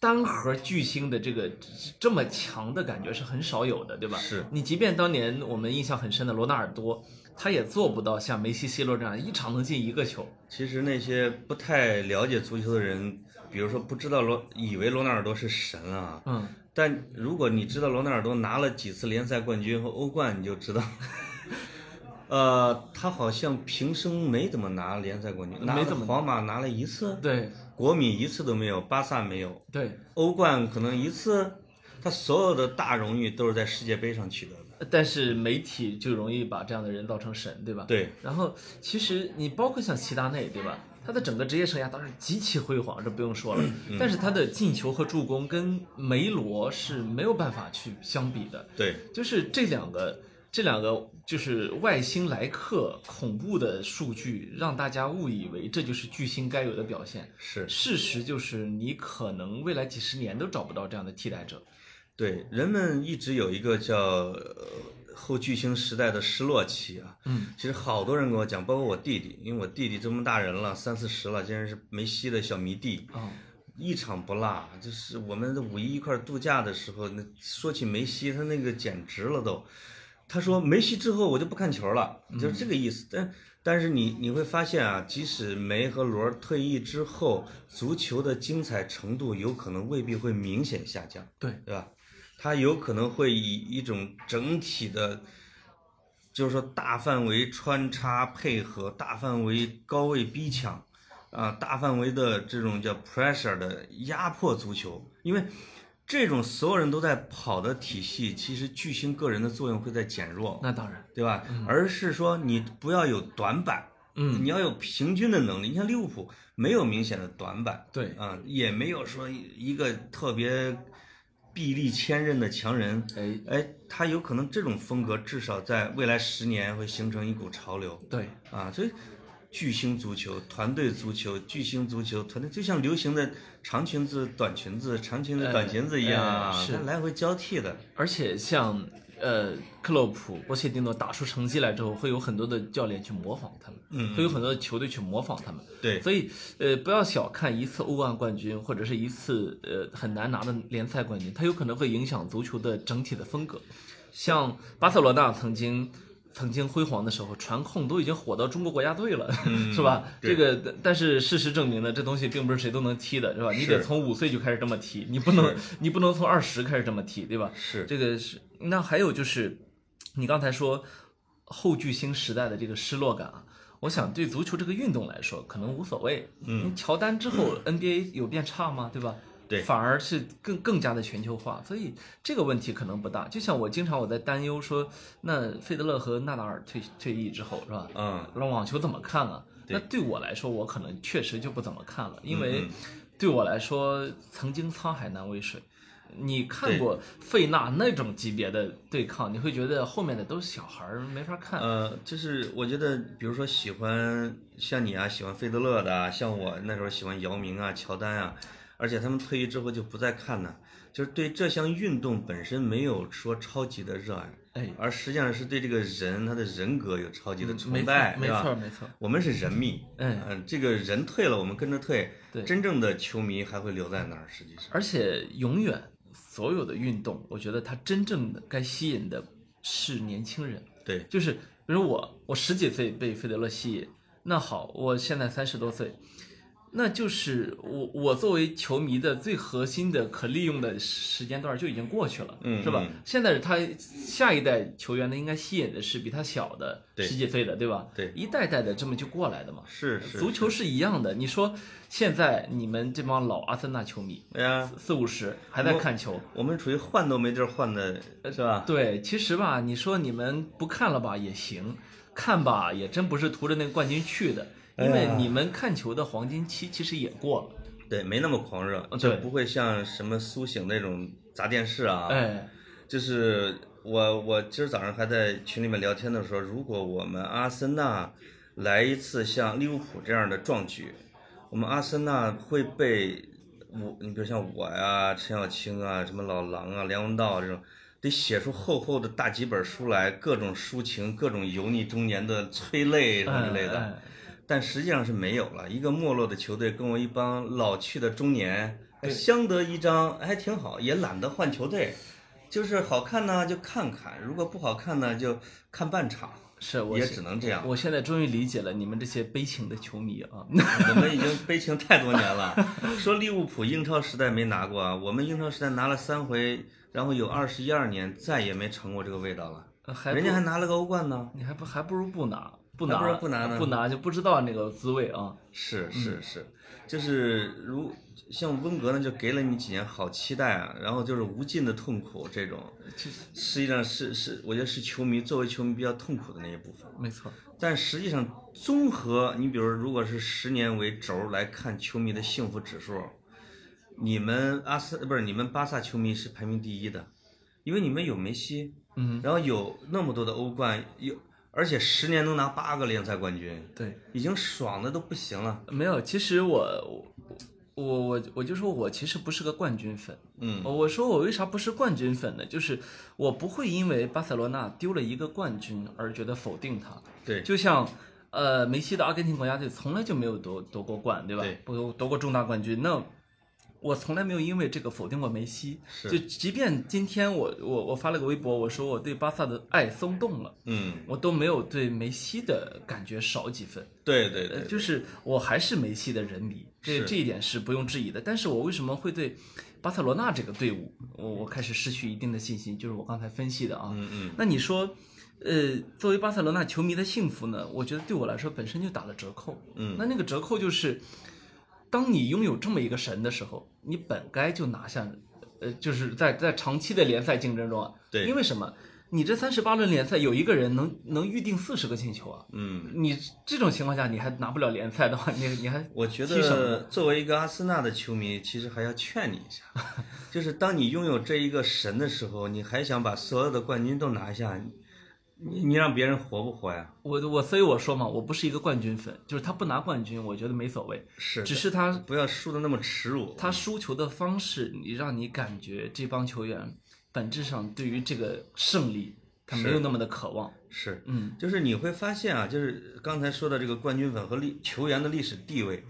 A: 单核巨星的这个这么强的感觉是很少有的，对吧？
B: 是
A: 你即便当年我们印象很深的罗纳尔多，他也做不到像梅西、C 罗这样一场能进一个球，
B: 其实那些不太了解足球的人，比如说不知道罗，以为罗纳尔多是神啊。
A: 嗯，
B: 但如果你知道罗纳尔多拿了几次联赛冠军和欧冠，你就知道， 呃，他好像平生没怎么拿联赛冠军，拿
A: 没
B: 了
A: 怎么
B: 皇马拿了一次，
A: 对
B: 国米一次都没有，巴萨没有，
A: 对，
B: 欧冠可能一次，他所有的大荣誉都是在世界杯上取得的。
A: 但是媒体就容易把这样的人造成神，对吧？
B: 对，
A: 然后其实你包括像齐达内，对吧？他的整个职业生涯当然极其辉煌，这不用说了。但是他的进球和助攻跟梅罗是没有办法去相比的，
B: 对，
A: 就是这两个。这两个就是外星来客恐怖的数据，让大家误以为这就是巨星该有的表现。
B: 是
A: 事实就是，你可能未来几十年都找不到这样的替代者。
B: 对。人们一直有一个叫、呃后巨星时代的失落期啊。
A: 嗯，
B: 其实好多人跟我讲，包括我弟弟，因为我弟弟这么大人了，三四十了，竟然是梅西的小迷弟。
A: 哦，
B: 一场不落，就是我们的五一一块儿度假的时候，那说起梅西，他那个简直了都。他说梅西之后我就不看球了，就是这个意思。但但是你你会发现啊，即使梅和罗退役之后，足球的精彩程度有可能未必会明显下降，
A: 对
B: 对吧？它有可能会以一种整体的，就是说大范围穿插配合、大范围高位逼抢，啊，大范围的这种叫 pressure 的压迫足球，因为这种所有人都在跑的体系，其实巨星个人的作用会在减弱，
A: 那当然，
B: 对吧？而是说你不要有短板，
A: 嗯，
B: 你要有平均的能力。你像利物浦没有明显的短板，
A: 对，
B: 啊、也没有说一个特别臂力千仞的强人。
A: 哎，
B: 哎，他有可能这种风格，至少在未来十年会形成一股潮流
A: 对，
B: 啊！所以，巨星足球、团队足球、巨星足球团队，就像流行的长裙子、短裙子、长裙子、短裙子一样啊，
A: 哎是
B: 它来回交替的。
A: 而且像呃克洛普、波切蒂诺打出成绩来之后，会有很多的教练去模仿他们，
B: 嗯
A: 会有很多的球队去模仿他们。
B: 对，
A: 所以，呃，不要小看一次欧冠冠军，或者是一次呃很难拿的联赛冠军，它有可能会影响足球的整体的风格。像巴塞罗那曾经曾经辉煌的时候，传控都已经火到中国国家队了， 是吧？
B: 嗯对
A: 这个，但是事实证明呢，这东西并不是谁都能踢的，是吧？你得
B: 是
A: 从五岁就开始这么踢，你不能你不能从二十开始这么踢，对吧？
B: 是
A: 这个是那还有就是，你刚才说后巨星时代的这个失落感啊，我想对足球这个运动来说可能无所谓。嗯，乔丹之后 NBA 有变差吗？对吧？
B: 对
A: 反而是更更加的全球化，所以这个问题可能不大。就像我经常我在担忧说，那费德勒和纳达尔退退役之后是吧？
B: 嗯，
A: 那网球怎么看啊？
B: 对嗯
A: 那对我来说，我可能确实就不怎么看了，因为对我来说，曾经沧海难为水。你看过费纳那种级别的对抗，你会觉得后面的都是小孩儿，没法看。
B: 呃，就是我觉得，比如说喜欢像你啊，喜欢费德勒的、啊，像我那时候喜欢姚明啊、乔丹啊，而且他们退役之后就不再看了，就是对这项运动本身没有说超级的热爱，
A: 哎，
B: 而实际上是对这个人他的人格有超级的
A: 嗯没
B: 崇
A: 错
B: 拜，，
A: 没
B: 是吧
A: 错，没错。
B: 我们是人迷，呃
A: 嗯
B: 这个人退了，我们跟着退，
A: 对
B: 真正的球迷还会留在那儿，实际上，
A: 而且永远所有的运动，我觉得它真正的该吸引的是年轻人。
B: 对，
A: 就是比如我，我十几岁被费德勒吸引，那好，我现在三十多岁，那就是我我作为球迷的最核心的可利用的时间段就已经过去了，
B: 嗯
A: 是吧
B: 嗯？
A: 现在他下一代球员呢，应该吸引的是比他小的
B: 对
A: 十几岁的，对吧？
B: 对
A: 一代代的这么就过来的嘛。
B: 是是
A: 足球，是一样的，你说现在你们这帮老阿森纳球迷
B: 哎呀，
A: 四五十还在看球，
B: 我们处于换都没地儿换的，是吧？
A: 对，其实吧，你说你们不看了吧也行，看吧也真不是图着那个冠军去的，因
B: 哎
A: 为
B: 呀
A: 你们看球的黄金期其实也过了。
B: 对，没那么狂热，
A: 嗯
B: 就
A: 对
B: 不会像什么苏醒那种砸电视啊。，
A: 哎，
B: 就是我我今儿早上还在群里面聊天的时候，如果我们阿森纳来一次像利物浦这样的壮举，我们阿森纳会被我，你比如像我呀、陈小青啊、什么老狼啊、梁文道啊这种。得写出厚厚的大几本书来，各种抒情，各种油腻中年的催泪什么之类的。
A: 哎
B: 但实际上是没有了。一个没落的球队跟我一帮老去的中年哎相得益彰，还挺好，也懒得换球队。就是好看呢就看看，如果不好看呢就看半场，
A: 是我
B: 也
A: 现
B: 只能这样。
A: 我现在终于理解了你们这些悲情的球迷啊，
B: 我们已经悲情太多年了。 说利物浦英超时代没拿过啊，我们英超时代拿了三回，然后有二十一二年再也没尝过这个味道了。
A: 还
B: 人家
A: 不
B: 还拿了个欧冠呢。
A: 你还不还不如不拿，不
B: 还
A: 拿
B: 不如不拿呢
A: 不拿就不知道那个滋味啊。
B: 是是是，就是如像温格呢，就给了你几年好期待啊，然后就是无尽的痛苦，这种
A: 其实
B: 实际上是是，我觉得是球迷作为球迷比较痛苦的那一部分。
A: 没错，
B: 但实际上，综合你比如如果是十年为轴来看球迷的幸福指数，你们阿斯不是你们巴萨球迷是排名第一的，因为你们有梅西，
A: 嗯，
B: 然后有那么多的欧冠，有而且十年能拿八个联赛冠军，
A: 对。
B: 已经爽的都不行了。
A: 没有，其实我我我我我就说我其实不是个冠军粉，
B: 嗯
A: 呃我，我说我为啥不是冠军粉呢？就是我不会因为巴塞罗那丢了一个冠军而觉得否定他，
B: 对，
A: 就像。呃，梅西的阿根廷国家队从来就没有夺夺过冠，对吧？
B: 对
A: 不夺过重大冠军。那我从来没有因为这个否定过梅西，
B: 是
A: 就即便今天我我我发了个微博，我说我对巴萨的爱松动了，
B: 嗯，
A: 我都没有对梅西的感觉少几分。
B: 对对对
A: 呃，，就是我还是梅西的人迷，这
B: 是
A: 这一点是不用质疑的。但是我为什么会对巴塞罗那这个队伍，我我开始失去一定的信心？就是我刚才分析的啊。
B: 嗯嗯，
A: 那你说，呃，作为巴塞罗那球迷的幸福呢？我觉得对我来说本身就打了折扣。
B: 嗯
A: 那那个折扣就是，当你拥有这么一个神的时候，你本该就拿下呃，就是在在长期的联赛竞争中啊，
B: 对
A: 因为什么？你这三十八轮联赛有一个人能能预定四十个进球啊，
B: 嗯，
A: 你这种情况下你还拿不了联赛的话， 你你还
B: 我觉
A: 踢什么
B: 得作为一个阿森纳的球迷，其实还要劝你一 下，就是当你拥有这一个神的时候，你还想把所有的冠军都拿下，你你让别人活不活呀？
A: 我我所以我说嘛，我不是一个冠军粉，就是他不拿冠军，我觉得没所谓，
B: 是的，
A: 只是他
B: 不要输的那么耻辱。
A: 他输球的方式，你让你感觉这帮球员本质上对于这个胜利，他没有那么的渴望。
B: 是，
A: 嗯，
B: 就是你会发现啊，就是刚才说的这个冠军粉和历球员的历史地位，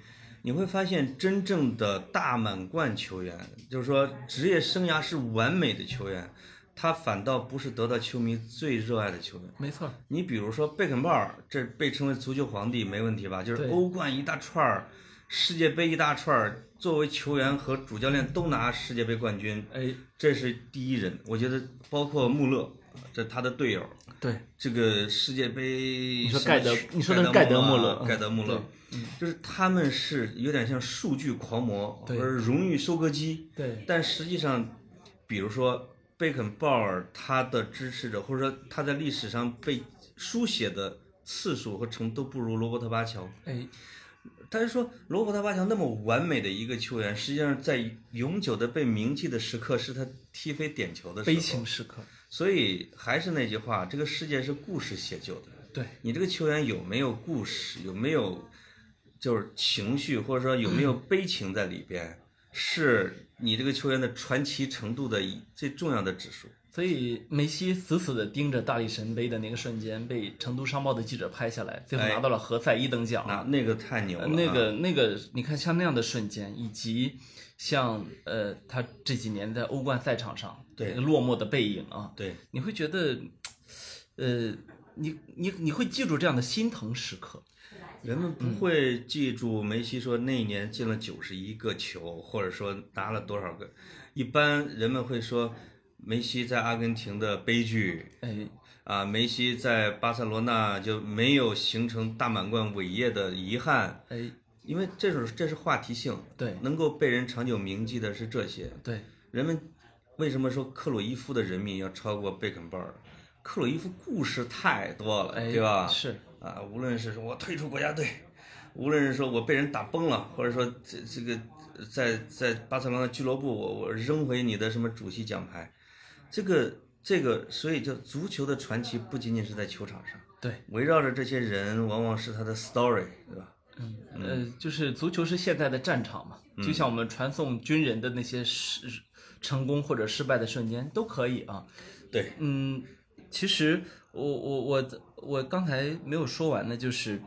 B: 你会发现真正的大满贯球员，就是说职业生涯是完美的球员，他反倒不是得到球迷最热爱的球员。
A: 没错儿，
B: 你比如说贝肯鲍尔，这被称为足球皇帝没问题吧？就是
A: 对
B: 欧冠一大串儿，世界杯一大串儿，作为球员和主教练都拿世界杯冠军，
A: 哎，
B: 这是第一人。我觉得包括穆勒，这他的队友，
A: 对，
B: 这个世界杯，你
A: 说盖德你说的是盖德穆勒嗯
B: 盖德穆勒，嗯就是他们是有点像数据狂魔或
A: 对
B: 者荣誉收割机，
A: 对，
B: 但实际上，比如说贝肯鲍尔他的支持者，或者说他在历史上被书写的次数和程度都不如罗伯特巴乔。
A: 哎，
B: 但是说罗伯特巴乔那么完美的一个球员，实际上在永久的被铭记的时刻是他踢飞点球的时候。
A: 悲情时刻，
B: 所以还是那句话，这个世界是故事写就的。
A: 对，
B: 你这个球员有没有故事，有没有就是情绪，或者说有没有悲情在里边，是你这个球员的传奇程度的一最重要的指数。
A: 所以梅西死死地盯着大力神杯的那个瞬间，被成都商报的记者拍下来，最后
B: 哎
A: 拿到了荷赛一等奖。
B: 那那个太牛了、
A: 呃
B: 啊，
A: 那个那个，你看像那样的瞬间，以及像呃他这几年在欧冠赛场上
B: 对
A: 那个落寞的背影啊，
B: 对
A: 你会觉得，呃，你你你会记住这样的心疼时刻，
B: 人们
A: 嗯
B: 不会记住梅西说那一年进了九十一个球，或者说拿了多少个，一般人们会说梅西在阿根廷的悲剧，
A: 哎，
B: 啊，梅西在巴塞罗那就没有形成大满贯伟业的遗憾，
A: 哎，
B: 因为这种这是话题性，
A: 对
B: 能够被人长久铭记的是这些。
A: 对，
B: 人们为什么说克鲁伊夫的人民要超过贝肯鲍尔？克鲁伊夫故事太多了，
A: 哎，
B: 对吧？
A: 是，
B: 啊，无论是说我退出国家队，无论是说我被人打崩了，或者说这这个在在巴塞罗那俱乐部，我我扔回你的什么主席奖牌，这个这个，所以就足球的传奇不仅仅是在球场上，
A: 对，
B: 围绕着这些人，往往是他的 story，对吧？嗯
A: 呃，就是足球是现在的战场嘛，就像我们传送军人的那些失成功或者失败的瞬间都可以啊，
B: 对，
A: 嗯，其实我我我我刚才没有说完的，就是，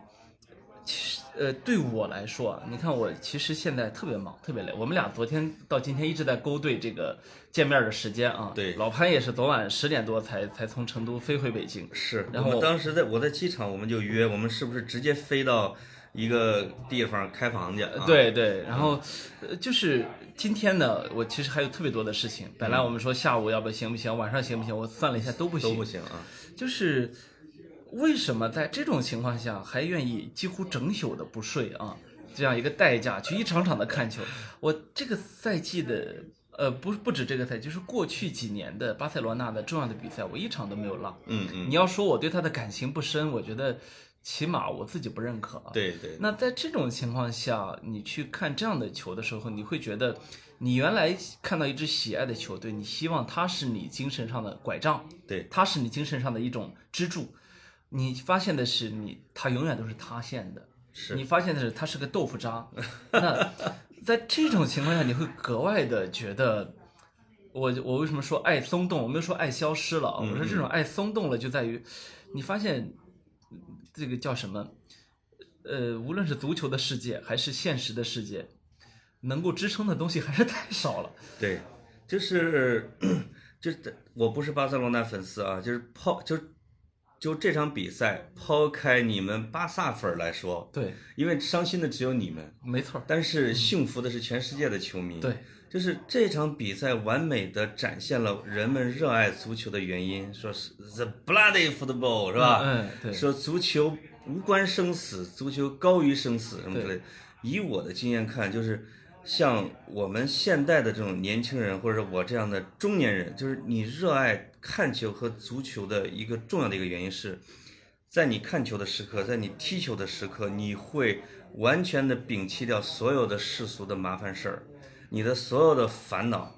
A: 其实呃，对我来说啊，你看我其实现在特别忙，特别累。我们俩昨天到今天一直在勾兑这个见面的时间啊。
B: 对
A: 老潘也是昨晚十点多才才从成都飞回北京。
B: 是。
A: 然后
B: 我们当时在我在机场，我们就约，我们是不是直接飞到一个地方开房去？啊、，
A: 对对，然后，呃，就是今天呢，我其实还有特别多的事情。本来我们说下午要不行不行，晚上行不行？我算了一下都不行，
B: 嗯都不行啊。
A: 就是为什么在这种情况下还愿意几乎整宿的不睡啊？这样一个代价去一场场的看球，我这个赛季的呃不不止这个赛季，就是过去几年的巴塞罗那的重要的比赛，我一场都没有落。
B: 嗯嗯，
A: 你要说我对他的感情不深，我觉得起码我自己不认可啊。
B: 对对。
A: 那在这种情况下，你去看这样的球的时候，你会觉得，你原来看到一支喜爱的球队，你希望它是你精神上的拐杖，
B: 对
A: 它是你精神上的一种支柱。你发现的是你，它永远都是塌陷的。
B: 是
A: 你发现的是它是个豆腐渣。那在这种情况下，你会格外的觉得。我我为什么说爱松动？我没有说爱消失了啊，我说这种爱松动了就在于，你发现这个叫什么？呃，无论是足球的世界还是现实的世界，能够支撑的东西还是太少了。
B: 对，就是就是我不是巴塞罗那粉丝啊，就是抛就就这场比赛，抛开你们巴萨粉儿来说，
A: 对，
B: 因为伤心的只有你们，
A: 没错儿，
B: 但是幸福的是全世界的球
A: 嗯
B: 迷。
A: 对，
B: 就是这场比赛完美的展现了人们热爱足球的原因，说是 the bloody football 啊是吧？
A: 嗯，对，
B: 说足球无关生死，足球高于生死什么之类的。以我的经验看，就是像我们现代的这种年轻人，或者我这样的中年人，就是你热爱看球和足球的一个重要的一个原因是，在你看球的时刻，在你踢球的时刻，你会完全的摒弃掉所有的世俗的麻烦事儿，你的所有的烦恼，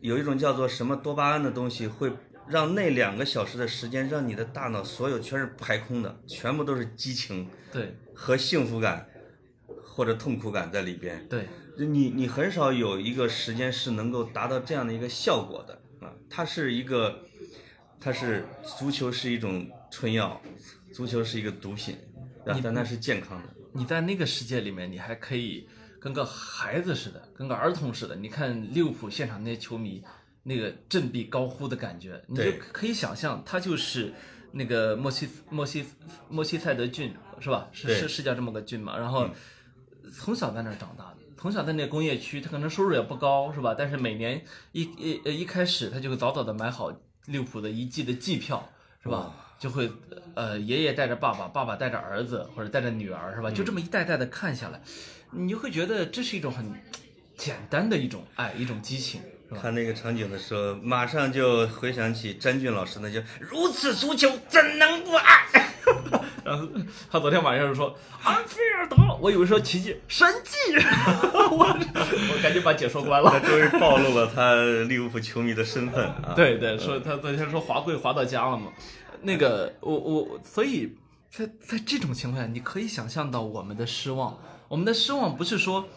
B: 有一种叫做什么多巴胺的东西，会让那两个小时的时间，让你的大脑所有全是排空的，全部都是激情
A: 对
B: 和幸福感或者痛苦感在里边。
A: 对，
B: 你你很少有一个时间是能够达到这样的一个效果的啊！它是一个，它是足球是一种春药，足球是一个毒品，啊，但它是健康的。
A: 你在那个世界里面，你还可以跟个孩子似的，跟个儿童似的。你看利物浦现场那些球迷，那个振臂高呼的感觉，你就
B: 对
A: 可以想象，他就是那个莫西莫西莫西塞德郡是吧？是
B: 对嗯
A: 是是叫这么个郡嘛？然后从小在那儿长大的。从小在那个工业区，他可能收入也不高，是吧？但是每年一一呃一开始，他就会早早的买好利物浦的一季的季票，是吧？就会呃爷爷带着爸爸，爸爸带着儿子或者带着女儿，是吧？就这么一代代的看下来，你就会觉得这是一种很简单的一种爱，一种激情，是吧？
B: 看那个场景的时候，马上就回想起詹俊老师那句“如此足球怎能不爱
A: 然后他昨天晚上就说安菲尔德，我以为说奇迹神迹， 我我赶紧把解说关”，了
B: 他。终于暴露了他利物浦球迷的身份啊！
A: 对对，说他昨天说滑跪滑到家了嘛，那
B: 哎
A: 个我我所以在在这种情况下，你可以想象到我们的失望，我们的失望不是说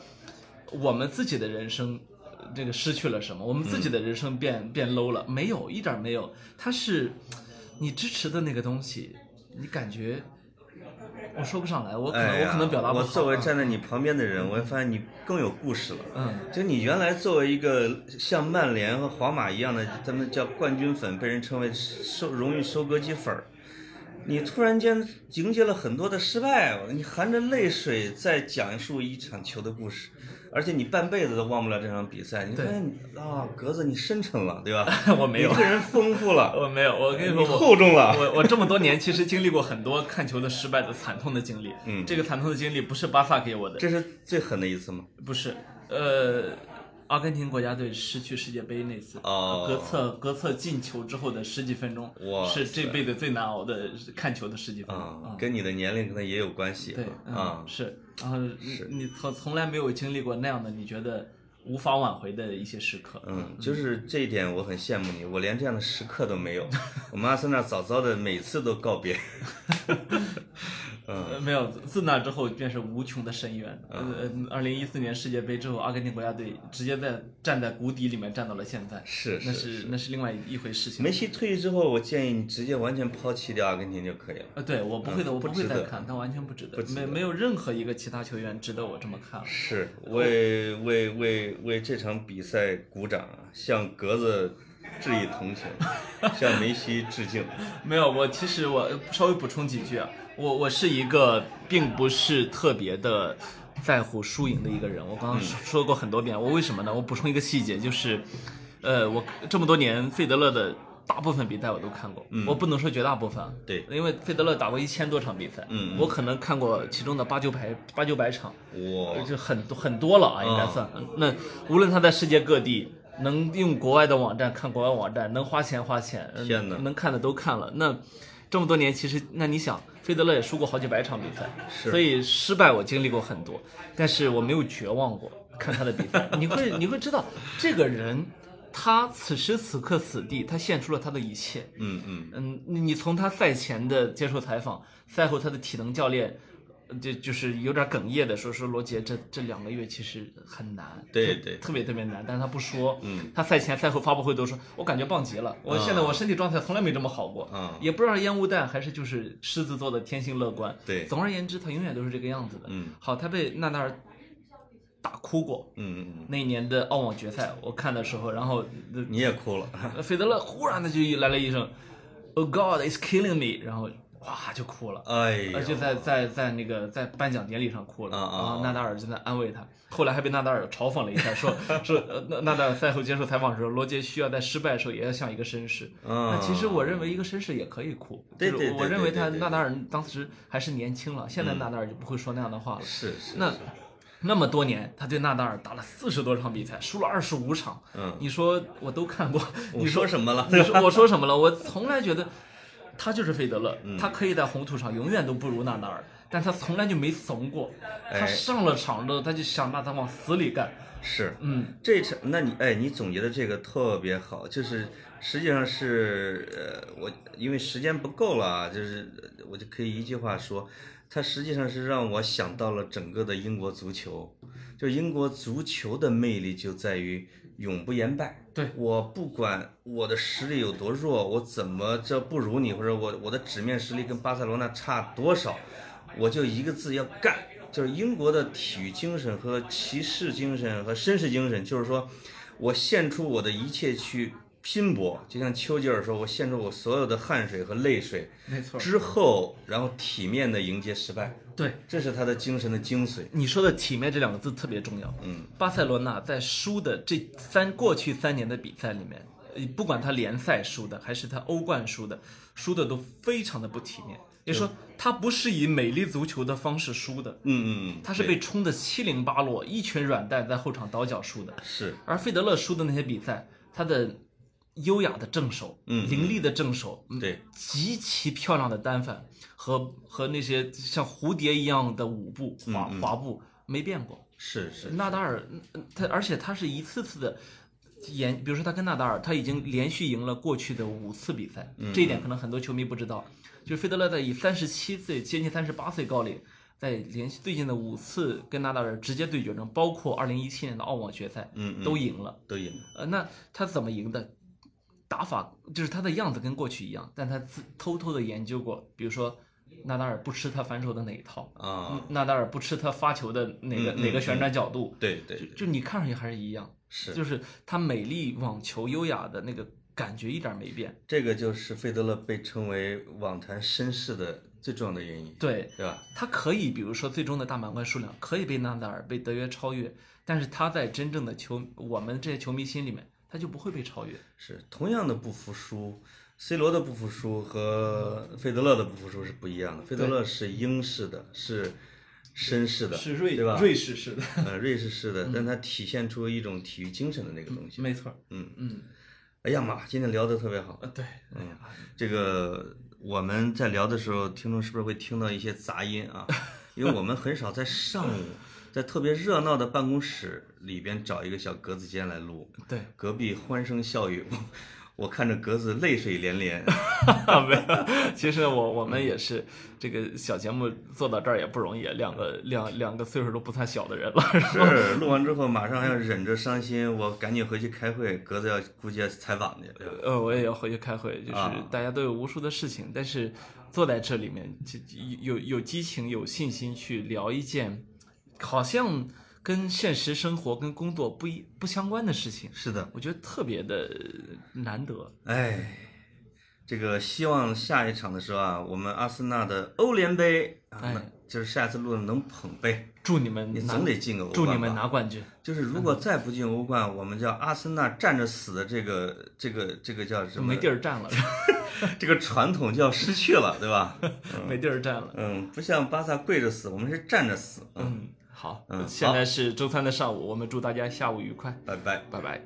A: 我们自己的人生呃这个失去了什么，我们自己的
B: 嗯
A: 人生变、变 low 了，没有一点儿没有，它是你支持的那个东西，你感觉我说不上来，我可能、
B: 哎呀
A: 我可能表达不好
B: 我
A: 啊。
B: 作为站在你旁边的人，我发现你更有故事了。
A: 嗯，
B: 就你原来作为一个像曼联和皇马一样的，咱们叫冠军粉，被人称为收荣誉收割机粉儿，你突然间迎接了很多的失败，哦你含着泪水在讲述一场球的故事，而且你半辈子都忘不了这场比赛。你发现你啊，格子你深沉了，对吧？
A: 我 没有
B: 你这人丰富了，
A: 我没有，我跟你
B: 你
A: 说我
B: 厚重了。
A: 我我这么多年其实经历过很多看球的失败的惨痛的经历，
B: 嗯
A: 这个惨痛的经历不是巴萨给我的，
B: 这是最狠的一次吗？
A: 不是，呃，阿根廷国家队失去世界杯那次，
B: 哦
A: 格策格策进球之后的十几分钟，
B: 哇
A: 是这
B: 塞
A: 辈子最难熬的看球的十几分钟。
B: 啊，跟你的年龄可能也有关系
A: 对，嗯
B: 啊。
A: 是，然后你你从从来没有经历过那样的你觉得无法挽回的一些时刻，
B: 嗯，就是这一点我很羡慕你，我连这样的时刻都没有。我们阿森纳早早的每次都告别，
A: 呃，没有，自那之后便是无穷的深渊。
B: 啊
A: 呃，二零一四年世界杯之后，阿根廷国家队直接在站在谷底里面站到了现在，
B: 是
A: 那
B: 是
A: 那是另外一回事情。
B: 梅西退役之后，我建议你直接完全抛弃掉阿根廷就可以了。
A: 呃，对我不会的，
B: 嗯
A: 我
B: 不
A: 会
B: 值
A: 再
B: 得
A: 看，他完全不值得，
B: 值
A: 没
B: 得
A: 没有任何一个其他球员值得我这么看了。
B: 是为为为为这场比赛鼓掌啊，向格子致以同情，向梅西致敬。
A: 没有，我其实我稍微补充几句啊，我我是一个并不是特别的在乎输赢的一个人，我刚
B: 嗯
A: 刚说说过很多遍，我为什么呢？我补充一个细节，就是，呃，我这么多年费德勒的大部分比赛我都看过，我不能说绝大部分啊，
B: 嗯对
A: 因为费德勒打过一千多场比赛，
B: 嗯嗯
A: 我可能看过其中的八九百八九百场，
B: 哇，
A: 就很多很多了啊，应该算。那无论他在世界各地，能用国外的网站看国外网站，能花钱花钱，嗯
B: 天哪
A: 能看的都看了。那这么多年，其实那你想，费德勒也输过好几百场比赛，
B: 是
A: 所以失败我经历过很多，但是我没有绝望过。看他的比赛，你会你会知道这个人。他此时此刻此地，他献出了他的一切。
B: 嗯嗯，
A: 嗯，你你从他赛前的接受采访，赛后他的体能教练，呃就就是有点哽咽的说说罗杰这这两个月其实很难，
B: 对
A: 特
B: 对
A: 特别特别难，但是他不说，
B: 嗯，
A: 他赛前赛后发布会都说，我感觉棒极了，我现在我身体状态从来没这么好过，
B: 啊
A: 也不知道是烟雾弹还是就是狮子座的天性乐观，
B: 对
A: 总而言之，他永远都是这个样子的，
B: 嗯，
A: 好，他被纳达尔打哭过。
B: 嗯嗯嗯，
A: 那一年的澳网决赛，我看的时候，然后呃
B: 你也哭了。
A: 费德勒忽然的就来了一声，“Oh God is killing me”，然后哇就哭了，
B: 哎呀，
A: 而且在在在那个在颁奖典礼上哭了，
B: 啊啊
A: 然后
B: 啊
A: 纳达尔就在安慰他，后来还被纳达尔嘲讽了一下， 说说呃纳纳达尔赛后接受采访的时候，罗杰需要在失败的时候也要像一个绅士。
B: 啊
A: 那其实我认为一个绅士也可以哭，
B: 对
A: 就是
B: 对对
A: 我认为
B: 对
A: 他
B: 对对嗯
A: 纳达尔当时还是年轻了，现在纳达尔就不会说那样的话了。
B: 是是
A: 那那么多年，他对纳达尔打了四十多场比赛，输了二十五场。
B: 嗯，
A: 你说我都看过，
B: 你说什 么了？
A: 你说我说什么了？我从来觉得他就是费德勒，
B: 嗯
A: 他可以在红土上永远都不如纳达尔，但他从来就没怂过。他
B: 哎
A: 上了场之后，他就想把他往死里干。
B: 是，
A: 嗯，
B: 这场，那你哎，你总结的这个特别好，就是实际上是呃，我因为时间不够了啊，就是呃我就可以一句话说，它实际上是让我想到了整个的英国足球，就英国足球的魅力就在于永不言败。
A: 对
B: 我不管我的实力有多弱，我怎么这不如你，或者我我的纸面实力跟巴塞罗那差多少，我就一个字要干。就是英国的体育精神和骑士精神和绅士精神，就是说我献出我的一切去拼搏，就像丘吉尔说，我献出我所有的汗水和泪水
A: 没错，
B: 之后，然后体面的迎接失败，
A: 对。
B: 这是他的精神的精髓。
A: 你说的“体面”这两个字特别重要。
B: 嗯，
A: 巴塞罗那在输的这三过去三年的比赛里面，呃不管他联赛输的还是他欧冠输的，输的都非常的不体面。也就是说，他不是以美丽足球的方式输的，
B: 嗯嗯，
A: 他是
B: 对
A: 被冲的七零八落，一群软蛋在后场倒脚输的。
B: 是
A: 而费德勒输的那些比赛，他的优雅的正手，
B: 嗯
A: 凌厉的正手，嗯
B: 对，
A: 极其漂亮的单反和和那些像蝴蝶一样的舞步滑
B: 嗯
A: 滑步没变过。
B: 是是，
A: 纳达尔，嗯嗯他而且他是一次次的演，比如说他跟纳达尔，他已经连续赢了过去的五次比赛，
B: 嗯
A: 这一点可能很多球迷不知道。就是费德勒在以三十七岁接近三十八岁高龄，在连续最近的五次跟纳达尔直接对决中，包括二零一七年的澳网决赛，
B: 嗯嗯
A: 都赢了。
B: 都赢了。
A: 呃，那他怎么赢的？打法就是他的样子跟过去一样，但他自偷偷的研究过，比如说纳达尔不吃他反手的哪一套，
B: 啊，
A: 纳达尔不吃他发球的哪个、
B: 嗯嗯
A: 哪个旋转角度，
B: 对对
A: 就
B: 对
A: 就你看上去还是一样，
B: 是
A: 就是他美丽网球优雅的那个感觉一点没变。
B: 这个就是费德勒被称为网坛绅士的最重要的原因，
A: 对，
B: 对吧？
A: 他可以，比如说最终的大满贯数量可以被纳达尔、被德约超越，但是他在真正的球我们这些球迷心里面，他就不会被超越。
B: 是同样的不服输，C 罗的不服输和费德勒的不服输是不一样的。费德勒是英式的，是绅士的，对吧？
A: 士式的，
B: 呃瑞士式的，但它体现出一种体育精神的那个东西。
A: 没错。
B: 嗯
A: 嗯嗯，
B: 哎呀妈，今天聊得特别好。
A: 呃，对，
B: 嗯，这个我们在聊的时候，听众是不是会听到一些杂音啊？因为我们很少在上午，在特别热闹的办公室里边找一个小格子间来录。
A: 对，
B: 隔壁欢声笑语， 我我看着格子泪水 连连。
A: 没有。 其实我我们也是这个小节目做到这儿也不容易，两个两两个岁数都不算小的人了， 然后
B: 是，录完之后马上要忍着伤心，我赶紧回去开会。格子要估计要采访去，对吧？
A: 呃，我也要回去开会，就是
B: 啊
A: 大家都有无数的事情，但是坐在这里面，就有有激情、有信心去聊一件好像跟现实生活、跟工作不一不相关的事情，
B: 是的，
A: 我觉得特别的难得。
B: 哎，这个希望下一场的时候啊，我们阿森纳的欧联杯，啊
A: 哎
B: 那就是下次录的能捧杯，
A: 祝你们
B: 你
A: 拿
B: 总得进个欧
A: 祝
B: 冠
A: 你们
B: 吧
A: 拿冠军，
B: 就是如果再不进欧冠，我们叫阿森纳站着死的这个这个这个叫什么？
A: 没地儿站了，
B: 这个传统就要失去了，对吧？
A: 没地儿站了。
B: 嗯，不像巴萨跪着死，我们是站着死。嗯，
A: 嗯，好，
B: 嗯
A: 现在是周三的上午，我们祝大家下午愉快，
B: 拜拜。
A: 拜拜。